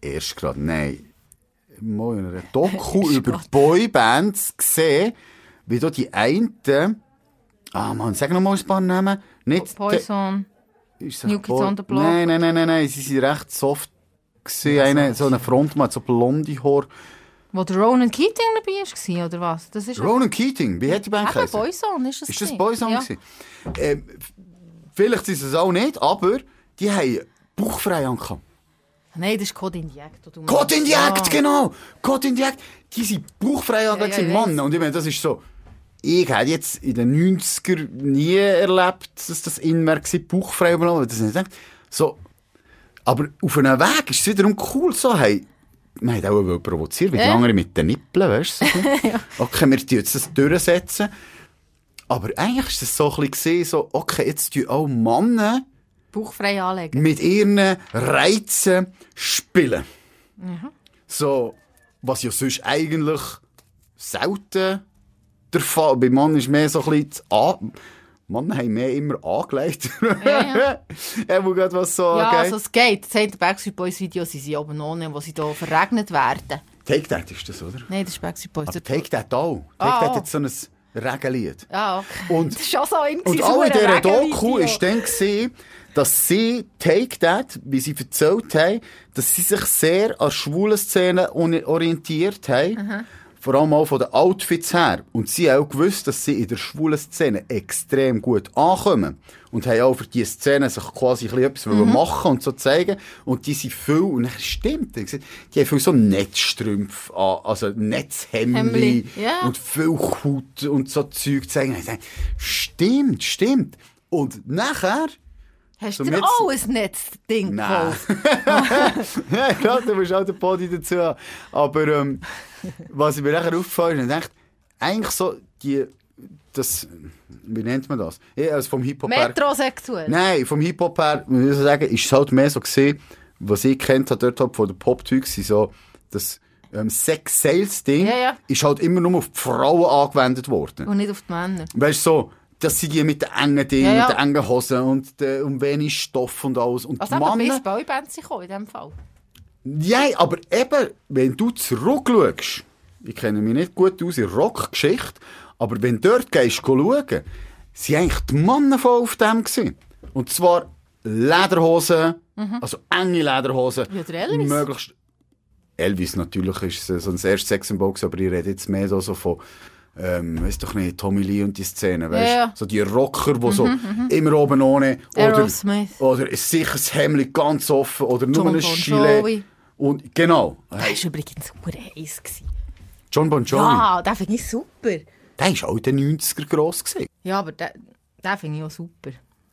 Speaker 1: erst gerade, nein. Mal in einer
Speaker 2: *laughs*
Speaker 1: Doku über Boybands gesehen, wie da die einen. Ah Mann, sag noch mal ein paar Namen. Nicht
Speaker 2: Poison.
Speaker 1: de- ist
Speaker 2: New
Speaker 1: das
Speaker 2: Kids
Speaker 1: Boy-
Speaker 2: on the Block.
Speaker 1: Nein, nein, nein, nein, nein. Sie sind recht soft. Gewesen. Eine, so eine Frontmann, so blonde Haar.
Speaker 2: Wo der Ronan Keating dabei war, oder was? Das ist
Speaker 1: Ronan Keating, wie hat die Band
Speaker 2: Eben,
Speaker 1: geheißen?
Speaker 2: Boyzone ist das
Speaker 1: Ist das
Speaker 2: gewesen.
Speaker 1: Boyzone?
Speaker 2: Ja.
Speaker 1: Ja. Eh, Ähm, f- vielleicht ist es auch nicht, aber die haben bauchfrei angekommen.
Speaker 2: Nein, das ist Code Indiekt. du
Speaker 1: Gott in die
Speaker 2: meinst.
Speaker 1: Act,
Speaker 2: Ah.
Speaker 1: genau! Gott in die Act! Die sind bauchfrei angelegt,
Speaker 2: ja, ich
Speaker 1: sind Mann.
Speaker 2: weiss.
Speaker 1: Und ich meine, das ist so. Ich hätte jetzt in den 90er nie erlebt, dass das in mir war, bauchfrei überlassen. Das nicht gedacht. So. Aber auf einem Weg ist es wiederum cool, so, hey, man hat auch wollen provozieren, wie die
Speaker 2: Ja.
Speaker 1: anderen mit den Nippeln, weißt du?
Speaker 2: *laughs*
Speaker 1: So. Okay, wir tun jetzt das durchsetzen. Aber eigentlich war es so ein bisschen, gewesen, so, okay, jetzt tun auch Männer
Speaker 2: Bauchfrei anlegen.
Speaker 1: mit ihren Reizen spielen.
Speaker 2: Mhm.
Speaker 1: So, was ja sonst eigentlich selten der Fall. Bei Mann ist mehr so ein bisschen das An Mann haben mehr immer angelegt. *laughs*
Speaker 2: ja.
Speaker 1: er muss gerade was sagen.
Speaker 2: Ja, also es geht. Das haben die Backstreet Boys Video, sie sind oben ohne, wo sie hier verregnet werden.
Speaker 1: Take That ist das, oder?
Speaker 2: Nein, das ist Backstreet Boys.
Speaker 1: Aber Take That auch. Take
Speaker 2: Ah,
Speaker 1: That
Speaker 2: ah.
Speaker 1: hat so ein Regenlied.
Speaker 2: Ja, okay.
Speaker 1: Und-
Speaker 2: das ist auch so irgendwie
Speaker 1: Und
Speaker 2: so
Speaker 1: auch in
Speaker 2: ein
Speaker 1: dieser
Speaker 2: Regenvideo.
Speaker 1: Doku war dann, gewesen, dass sie Take That, wie sie erzählt haben, dass sie sich sehr an schwulen Szenen ori- orientiert haben. Vor allem auch von den Outfits her. Und sie haben auch gewusst, dass sie in der schwulen Szene extrem gut ankommen. Und haben auch für diese Szene sich quasi ein bisschen etwas
Speaker 2: Mhm.
Speaker 1: wollen machen und so zeigen. Und die sind viel, und das stimmt, die haben viel so Netzstrümpfe an, also Netzhemden
Speaker 2: Hemdli, ja.
Speaker 1: und viel Haut und so Zeug zeigen. Ich sage, stimmt, stimmt. Und nachher,
Speaker 2: Hast
Speaker 1: So,
Speaker 2: du dir
Speaker 1: jetzt-
Speaker 2: auch ein Netzding
Speaker 1: Nein.
Speaker 2: gekauft?
Speaker 1: *laughs* ja, du musst auch den Body dazu haben. Aber ähm, was mir nachher aufgefallen ist, ich dachte, eigentlich so die, das, wie nennt man das? Ja, also vom Hip-Hop her.
Speaker 2: Metrosexuell.
Speaker 1: Nein, vom Hip-Hop her, muss ich sagen, ist es halt mehr so gesehen, was ich kennt habe dort halt von den Pop-Zeugs, sind so das ähm, Sex-Sales-Ding
Speaker 2: Ja, ja.
Speaker 1: ist halt immer nur auf die Frauen angewendet worden.
Speaker 2: Und nicht auf die Männer.
Speaker 1: Weißt du, so, das sind die mit den engen Dingen,
Speaker 2: Ja, ja.
Speaker 1: mit den engen Hosen und, de, und wenig Stoff und alles. Und
Speaker 2: Also
Speaker 1: die
Speaker 2: haben wir
Speaker 1: Männer.
Speaker 2: bis Boybands gekommen in diesem Fall.
Speaker 1: Ja, aber eben, wenn du zurückschaust, ich kenne mich nicht gut aus in Rockgeschichte, aber wenn du dort gehst schauen, sind eigentlich die Männer voll auf dem gewesen. Und zwar Lederhosen, also enge Lederhosen.
Speaker 2: Mhm. Ja, der Elvis.
Speaker 1: Möglichst Elvis natürlich ist so ein erstes Sexsymbol, gewesen, aber ich rede jetzt mehr so so von, ähm, weiss doch nicht, Tommy Lee und die Szene, weißt
Speaker 2: ja. Mhm,
Speaker 1: So die Rocker, die so immer oben ohne, oder,
Speaker 2: Aerosmith.
Speaker 1: oder ein sicheres Hemd ganz offen, oder nur
Speaker 2: John
Speaker 1: ein
Speaker 2: Bon
Speaker 1: Gilet.
Speaker 2: Jovi.
Speaker 1: Und genau.
Speaker 2: Das war übrigens super heiß. gewesen.
Speaker 1: John Bon Jovi,
Speaker 2: Ja, den finde ich super.
Speaker 1: der war auch in den 90er gross. Gewesen.
Speaker 2: Ja, aber den, den finde ich auch super.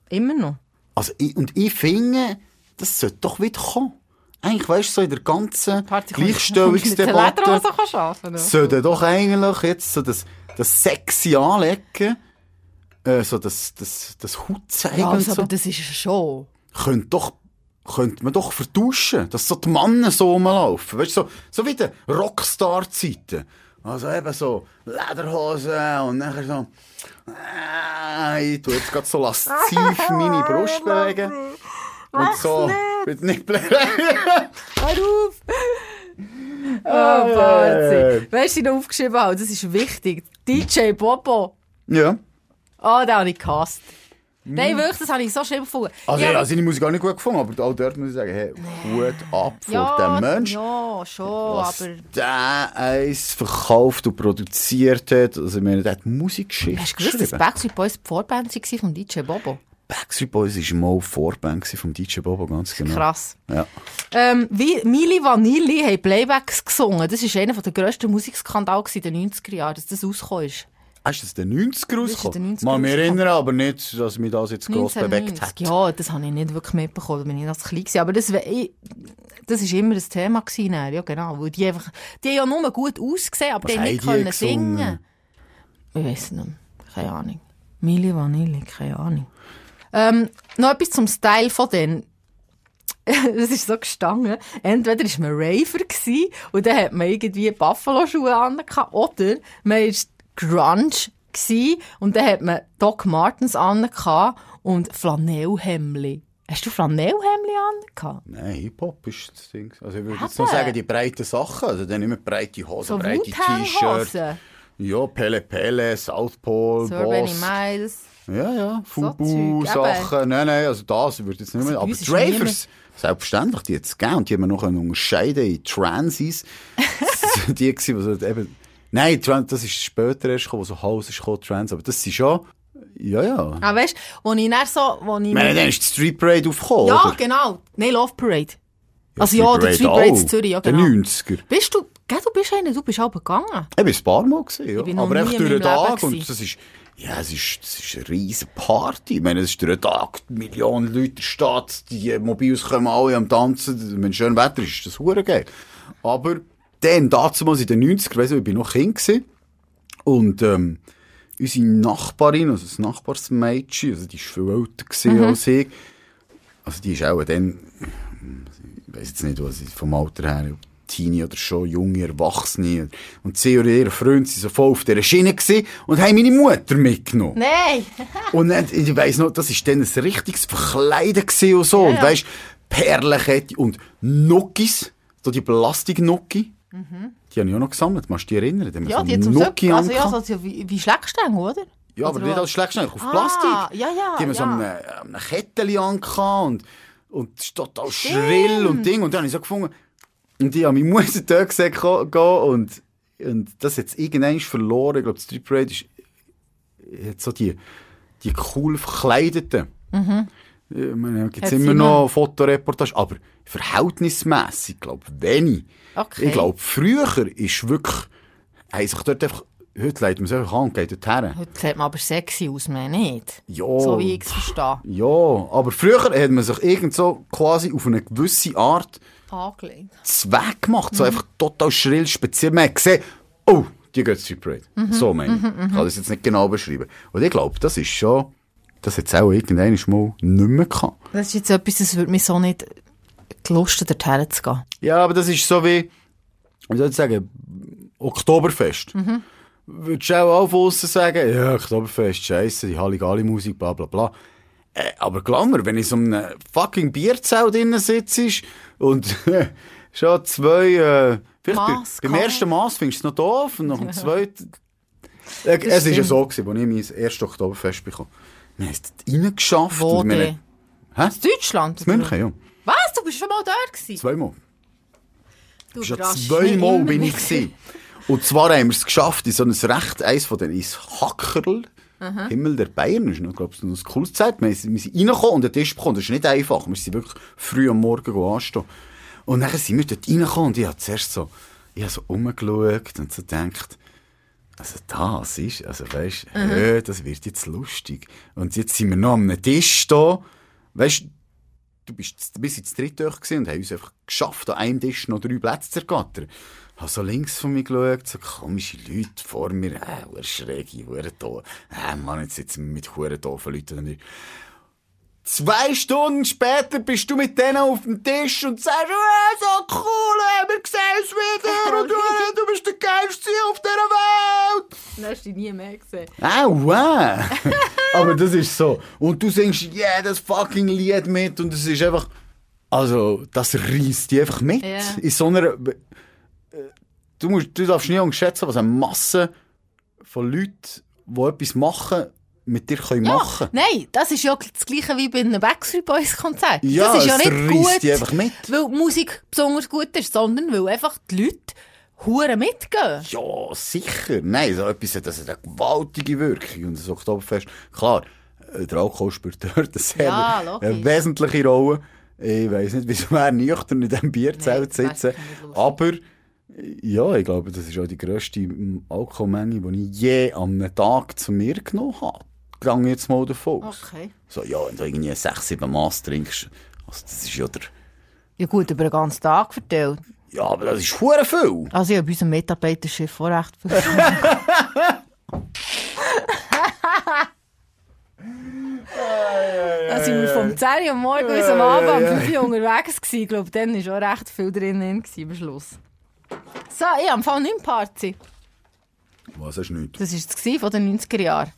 Speaker 2: Immer noch.
Speaker 1: Also, ich, und ich finde, das sollte doch wieder kommen. Eigentlich, weißt du, so in der ganzen Gleichstellungsdebatte
Speaker 2: Lederhose kannst du arbeiten. oder?
Speaker 1: sollte doch eigentlich jetzt so das, das sexy Anlegen, äh, so das, das, das Haut zeigen
Speaker 2: Ja,
Speaker 1: und
Speaker 2: also,
Speaker 1: so,
Speaker 2: aber das ist schon.
Speaker 1: könnte doch könnte man doch vertuschen, dass so die Männer so rumlaufen. Weißt du, so, so wie die Rockstar-Zeiten. Also eben so Lederhosen und nachher so, äh, ich tu jetzt grad so
Speaker 2: *laughs*
Speaker 1: lasziv meine Brust bewegen. Und so, mit Nippeln.
Speaker 2: Hör auf! *laughs* Oh, Barzi. Weißt du, ich noch aufgeschrieben habe? Das ist wichtig. DJ Bobo.
Speaker 1: *laughs* ja.
Speaker 2: Oh, den habe ich gehasst. Nein, wirklich, das habe ich so schlimm gefunden.
Speaker 1: Hm. Also,
Speaker 2: ja,
Speaker 1: ja, seine Musik gar nicht gut gefunden, aber auch dort muss ich sagen, hey, Hut ab vor
Speaker 2: ja,
Speaker 1: dem Mensch.
Speaker 2: Ja, schon,
Speaker 1: was
Speaker 2: aber...
Speaker 1: der eins verkauft und produziert hat. Also, ich meine, der hat Musikgeschichte
Speaker 2: Hast du gewusst, dass
Speaker 1: geschrieben.
Speaker 2: Backstreet Boys die Vorband waren von DJ Bobo?
Speaker 1: Backstreet Boys war mal Vorband gewesen vom DJ Bobo, ganz genau.
Speaker 2: Krass.
Speaker 1: Ja.
Speaker 2: Ähm, wie Mili Vanilli haben Playbacks gesungen. Das war einer der grössten Musikskandale in den 90er Jahren, dass das rausgekommen ist.
Speaker 1: Hast du das in den 90er
Speaker 2: ist in den
Speaker 1: rausgekommen?
Speaker 2: 90er
Speaker 1: Mal mich
Speaker 2: rausgekommen.
Speaker 1: erinnern, aber nicht, dass mich das jetzt gross bewegt hat.
Speaker 2: 1990. Ja, das habe ich nicht wirklich mitbekommen, da bin ich noch zu klein gewesen. Aber das, we- ich- das ist immer ein Thema gewesen, dann. ja genau. Weil die einfach, die haben ja nur gut ausgesehen, aber
Speaker 1: Was
Speaker 2: die haben nicht
Speaker 1: haben die
Speaker 2: können
Speaker 1: gesungen?
Speaker 2: singen. Ich weiß nicht, mehr. keine Ahnung. Mili Vanilli, keine Ahnung. Ähm, noch etwas zum Style von denen. *laughs* Das ist so gestanden. Entweder war man Raver gewesen, und dann hat man irgendwie Buffalo-Schuhe an, gehabt, oder man war Grunge gewesen, und dann hat man Doc Martens an gehabt und Flanellhemli. Hast du Flanellhemli an? gehabt?
Speaker 1: Nein, Hip-Hop ist das Ding. Also, ich würde jetzt
Speaker 2: Eben.
Speaker 1: noch sagen, die breiten Sachen. Also, dann immer breite Hosen,
Speaker 2: So
Speaker 1: breite T-Shirts.
Speaker 2: Wuthang-Hosen.
Speaker 1: Ja, Pele Pele, South Pole,
Speaker 2: Sir Benny
Speaker 1: Boss.
Speaker 2: Miles.
Speaker 1: Ja, ja,
Speaker 2: Zeug,
Speaker 1: Fubu,
Speaker 2: eben.
Speaker 1: Sachen. Nein, nein, also das würde ich jetzt nicht mehr.
Speaker 2: bei
Speaker 1: Aber
Speaker 2: uns ist
Speaker 1: Dravers, selbstverständlich, die jetzt gegeben. Und die haben wir noch können unterscheiden in
Speaker 2: *laughs*
Speaker 1: Transies. Das sind die gewesen, die so eben, nein, Trans, das ist später erst gekommen, wo so House ist gekommen, Trans. Aber das ist schon, ja, ja.
Speaker 2: Ah, weißt du, wo ich dann so, wo ich...
Speaker 1: Ich meine, dann ist die Street Parade aufgekommen,
Speaker 2: ja,
Speaker 1: oder?
Speaker 2: genau. Nein, Love Parade. Also ja, der Street Parade in Zürich, ja,
Speaker 1: Der
Speaker 2: genau.
Speaker 1: 90er.
Speaker 2: Bist du, gell, du bist einer, du bist halb gegangen.
Speaker 1: Ich bin ein paar Mal gewesen, ja.
Speaker 2: Ich bin noch
Speaker 1: aber
Speaker 2: nie
Speaker 1: echt
Speaker 2: in
Speaker 1: durch den
Speaker 2: meinem Leben
Speaker 1: Tag. Und
Speaker 2: gewesen.
Speaker 1: das ist, ja, es ist, es ist eine riesige Party. Ich meine, es ist durch den Tag, Millionen Leute in der Stadt, die Mobiles kommen alle am Tanzen. Wenn schön Wetter ist, ist das hure geil. Aber dann, damals in den 90er, weiss ich, ich bin noch Kind gewesen. Und, ähm, unsere Nachbarin, also das Nachbarsmädchen, also die war viel älter
Speaker 2: Mhm.
Speaker 1: gewesen als ich. Also die ist auch dann, ich weiß jetzt nicht, was sie vom Alter her, ob Teenie oder schon junge Erwachsene. Und sie oder ihr Freund waren so voll auf dieser Schiene gewesen und haben meine Mutter mitgenommen.
Speaker 2: Nein!
Speaker 1: Und dann, ich weiss noch, das war dann ein richtiges Verkleiden gewesen und so. Und
Speaker 2: ja.
Speaker 1: weisst, Perlenkette und Nuckis, so die Plastiknucki. Die habe ich auch noch gesammelt, machst du dich erinnern? Da haben wir
Speaker 2: Mhm. Ja,
Speaker 1: so
Speaker 2: die hat zum
Speaker 1: Nucki
Speaker 2: Söpfen. Also ja,
Speaker 1: angehabt.
Speaker 2: so, so wie, wie Schleckstängel, oder?
Speaker 1: Ja, aber
Speaker 2: Oder
Speaker 1: nicht
Speaker 2: was?
Speaker 1: als Schlägschneider, auf
Speaker 2: Ah,
Speaker 1: Plastik.
Speaker 2: ja, ja,
Speaker 1: Die haben so
Speaker 2: ja.
Speaker 1: an einem- an einem Kettchen angehabt und, und es ist total schrill und Ding. Und dann habe ich so gefunden, und ich habe meine *laughs* Mutter dort gesehen ko- gehen und, und das hat es irgendwann verloren. Ich glaube, die Street Parade ist, hat so die, die cool verkleideten.
Speaker 2: Mhm.
Speaker 1: Ich meine, gibt
Speaker 2: Hat's
Speaker 1: immer
Speaker 2: immer?
Speaker 1: noch Fotoreportage, aber verhältnismässig, glaube ich, wenig.
Speaker 2: Okay.
Speaker 1: Ich glaube, früher ist wirklich, haben sich dort einfach, heute leitet man sich einfach an und geht dort her.
Speaker 2: Heute sieht man aber sexy aus, mehr nicht.
Speaker 1: Ja.
Speaker 2: So wie ich es verstehe.
Speaker 1: Ja, aber früher hat man sich irgend so quasi auf eine gewisse Art
Speaker 2: Angelegt.
Speaker 1: Zweck gemacht.
Speaker 2: Mhm.
Speaker 1: So einfach total schrill, speziell. Man hat gesehen, oh, die geht Street Parade.
Speaker 2: Mhm.
Speaker 1: So meine ich. Ich kann das jetzt nicht genau beschreiben. Und ich glaube, das ist schon, das hat es auch irgendwann mal nicht mehr gehabt.
Speaker 2: Das ist jetzt etwas, das würde mich so nicht gelusten, dorthin zu gehen.
Speaker 1: Ja, aber das ist so wie, wie soll ich sagen, Oktoberfest.
Speaker 2: Mhm.
Speaker 1: Würdest du auch auf aussen sagen, ja, Oktoberfest, scheisse, die Halligalli-Musik, bla bla bla. Äh, aber Klammer, wenn ich so einem fucking Bierzelt drinnen sitze und *laughs* schon zwei, äh, vielleicht bei-
Speaker 2: Mass
Speaker 1: beim
Speaker 2: gehabt.
Speaker 1: ersten Mass findest du es noch doof und nach dem zweiten... Äh,
Speaker 2: *laughs* Das
Speaker 1: es war ja
Speaker 2: stimmt.
Speaker 1: so, gewesen, als ich mein erstes Oktoberfest bekam. Wir haben es dort reingeschafft.
Speaker 2: Wo
Speaker 1: und wir
Speaker 2: denn?
Speaker 1: haben- Hä?
Speaker 2: In Deutschland?
Speaker 1: In München, ja.
Speaker 2: Was? Du bist schon mal dort gewesen?
Speaker 1: Zweimal.
Speaker 2: Du
Speaker 1: Schon
Speaker 2: überraschst mich
Speaker 1: zweimal
Speaker 2: immer
Speaker 1: bin ich
Speaker 2: wieder.
Speaker 1: gewesen. Und zwar haben wir es geschafft, in so ein recht, eins von den ins Hackerl, Himmel der Bayern, ist noch, glaube ich, noch ein cooles Zeit. Wir sind wir sind reingekommen und den Tisch bekommen. Das ist nicht einfach. Wir sind wirklich früh am Morgen go anstehen. Und dann sind wir dort reingekommen und ich habe zuerst so, ich habe so rumgeschaut und so gedacht, also das ist, also weißt, hä, das wird jetzt lustig. Und jetzt sind wir noch am Tisch da, weißt, du bist z- bis ins dritte Tag gewesen und haben uns einfach geschafft, an einem Tisch noch drei Plätze zu ergattern. Habe so links von mir geschaut, so komische Leute vor mir, äh, hure schräge, hure doof. Äh, Mann, jetzt sitzen wir mit hure doofen Leuten an mir. Zwei Stunden später bist du mit denen auf dem Tisch und sagst, äh, so cool, äh, wir sehen uns wieder und äh, du bist der geilste auf dieser Welt.
Speaker 2: Dann hast du dich nie mehr gesehen.
Speaker 1: Ah, wow! *laughs* Aber das ist so. Und du singst jedes fucking Lied mit und es ist einfach. Also, das reißt dich einfach mit.
Speaker 2: Ja.
Speaker 1: In so einer. äh, Du, musst, du darfst nie unterschätzen, was eine Masse von Leuten, die etwas machen, mit dir können machen
Speaker 2: Nein, das ist ja das Gleiche wie bei einem Backstreet Boys Konzert.
Speaker 1: Ja,
Speaker 2: das ist ja
Speaker 1: es
Speaker 2: nicht
Speaker 1: reisst
Speaker 2: gut,
Speaker 1: die einfach mit.
Speaker 2: weil die Musik besonders gut ist, sondern weil einfach die Leute hure mitgehen.
Speaker 1: Ja, sicher. Nein, so etwas hat das hat eine gewaltige Wirkung. Und das Oktoberfest, klar, äh, der Alkohol spielt *laughs* dort eine, sehr,
Speaker 2: Ja, logisch.
Speaker 1: eine wesentliche Rolle. Ich weiss nicht, wieso wir nüchtern in diesem Bierzelt
Speaker 2: Nein, das
Speaker 1: sitzen.
Speaker 2: weiss ich nicht,
Speaker 1: Aber, äh, ja, ich glaube, das ist auch die grösste mm, Alkoholmenge, die ich je an einem Tag zu mir genommen habe. Gehe jetzt mal davon aus.
Speaker 2: Okay.
Speaker 1: So, ja, wenn du irgendwie 6, 7 Mass trinkst, also das ist ja der...
Speaker 2: Ja gut, über den ganzen Tag verteilt.
Speaker 1: Ja, aber das ist verdammt viel.
Speaker 2: Also ich habe unserem Mitarbeiterschiff vor recht viel.
Speaker 1: *laughs*
Speaker 2: Da sind wir vom 10 Uhr am morgen bis am Abend um 5 Uhr unterwegs gewesen. Ich glaube, dann war auch recht viel drin am Schluss. So, ich habe im Fall nicht mehr Party.
Speaker 1: Was hast du nicht?
Speaker 2: Das war es gewesen von den 90er Jahren.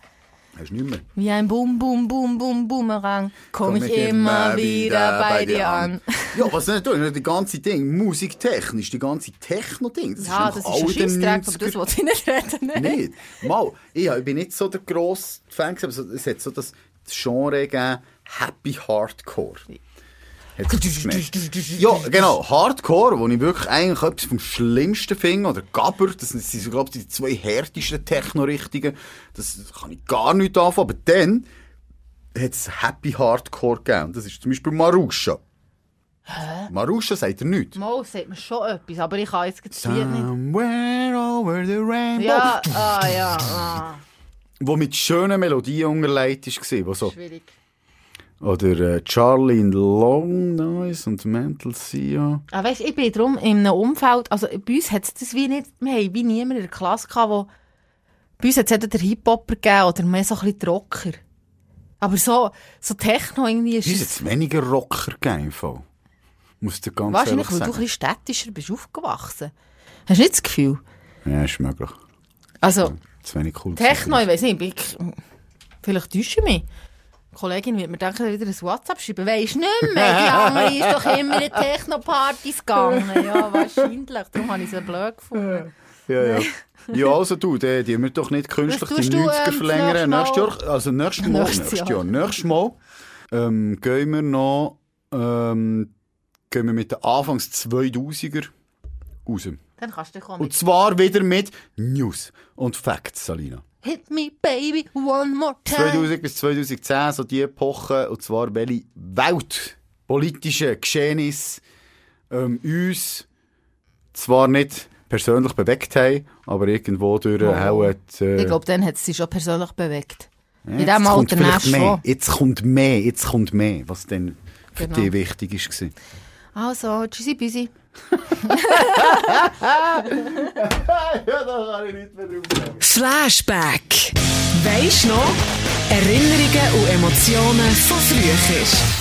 Speaker 1: Hast du nicht mehr?
Speaker 2: Wie ein Boom, Boom, Boom, Boom, Boomerang komme
Speaker 1: Komm
Speaker 2: ich immer wieder bei dir an.
Speaker 1: *laughs* Ja, was nicht tun, die ganze Ding, musiktechnisch, die ganze Techno-Ding. Das
Speaker 2: Ja,
Speaker 1: ist,
Speaker 2: das
Speaker 1: eigentlich
Speaker 2: ist ein
Speaker 1: all den
Speaker 2: Scheissdreck, aber das
Speaker 1: 90er
Speaker 2: wollte ich nicht reden. ne?
Speaker 1: nicht. Mal, ich, ja, ich bin nicht so der grosse Fan, gewesen, aber so- es hat so das Genre gegeben, Happy Hardcore. Hat sich das genannt. ja, genau. Hardcore, wo ich wirklich eigentlich etwas vom Schlimmsten finde, oder Gabber, das sind, so, glaube ich, die zwei härtesten Techno-Richtungen. Das kann ich gar nicht anfangen, aber dann hat es Happy Hardcore gegeben. Und Das ist zum Beispiel Marusha. Marusha sagt er nichts.
Speaker 2: Mal sagt mir schon etwas, aber ich kann jetzt das Lied nicht.
Speaker 1: Somewhere over the rainbow.
Speaker 2: Ja, ah, ja, ah,
Speaker 1: Wo mit schönen Melodien unterlegt war. Wo so,
Speaker 2: schwierig.
Speaker 1: oder äh, Charlie in Long Noise und Mental Sia.
Speaker 2: Ah, weißt, ich bin drum in einem Umfeld, also bei uns hat es das wie nicht, wir haben wie niemand in der Klasse gehabt, wo, bei uns hat es der Hip-Hopper gegeben oder mehr so ein bisschen Rocker. Aber so, so Techno irgendwie ist
Speaker 1: Ist jetzt weniger Rocker gegeben. im Fall. Muss dir ganz
Speaker 2: wahrscheinlich,
Speaker 1: ehrlich
Speaker 2: weil du ein
Speaker 1: sagen.
Speaker 2: bisschen städtischer bist aufgewachsen. Hast du nicht das Gefühl?
Speaker 1: Ja, ist möglich.
Speaker 2: Also,
Speaker 1: Zu wenig cool.
Speaker 2: Techno, ich weiß nicht, ich, vielleicht täusche ich mich. Die Kollegin wird mir denken, wieder ein WhatsApp schreiben. Weisst nicht mehr,
Speaker 1: *laughs*
Speaker 2: die andere ist doch immer in Techno-Partys gegangen. Ja, wahrscheinlich. Darum habe ich sie blöd gefunden.
Speaker 1: Ja,
Speaker 2: *laughs*
Speaker 1: ja. Ja, also du, die, die wir doch nicht künstlich
Speaker 2: Was tust
Speaker 1: die
Speaker 2: du,
Speaker 1: 90er
Speaker 2: ähm,
Speaker 1: verlängern. Nächstes
Speaker 2: nächstes Mal?
Speaker 1: Jahr, also nächstes Mal,
Speaker 2: Nächstes
Speaker 1: nächstes Jahr,
Speaker 2: Jahr.
Speaker 1: nächstes Mal, ähm, gehen wir noch, ähm, gehen wir mit den Anfangs 2000er raus.
Speaker 2: Dann kannst du kommen.
Speaker 1: Und zwar wieder mit News und Facts, Salina.
Speaker 2: Hit me, baby, one more time.
Speaker 1: 2000 bis 2010, so die Epoche, und zwar welche weltpolitische Geschehnisse ähm, uns zwar nicht persönlich bewegt haben, aber irgendwo durch
Speaker 2: Oh.
Speaker 1: auch die, äh,
Speaker 2: Ich glaube, dann hat es sie schon persönlich bewegt. In
Speaker 1: Jetzt
Speaker 2: diesem
Speaker 1: kommt
Speaker 2: Alter
Speaker 1: vielleicht
Speaker 2: nächstes
Speaker 1: mehr.
Speaker 2: schon.
Speaker 1: Jetzt kommt mehr, jetzt kommt mehr, was denn für
Speaker 2: Genau.
Speaker 1: dich wichtig ist. war.
Speaker 2: Also, tschüssi, busy.
Speaker 1: Ja, da kann ich nicht mehr drauf sagen.
Speaker 3: Flashback. Weisst noch? Erinnerungen und Emotionen von früher.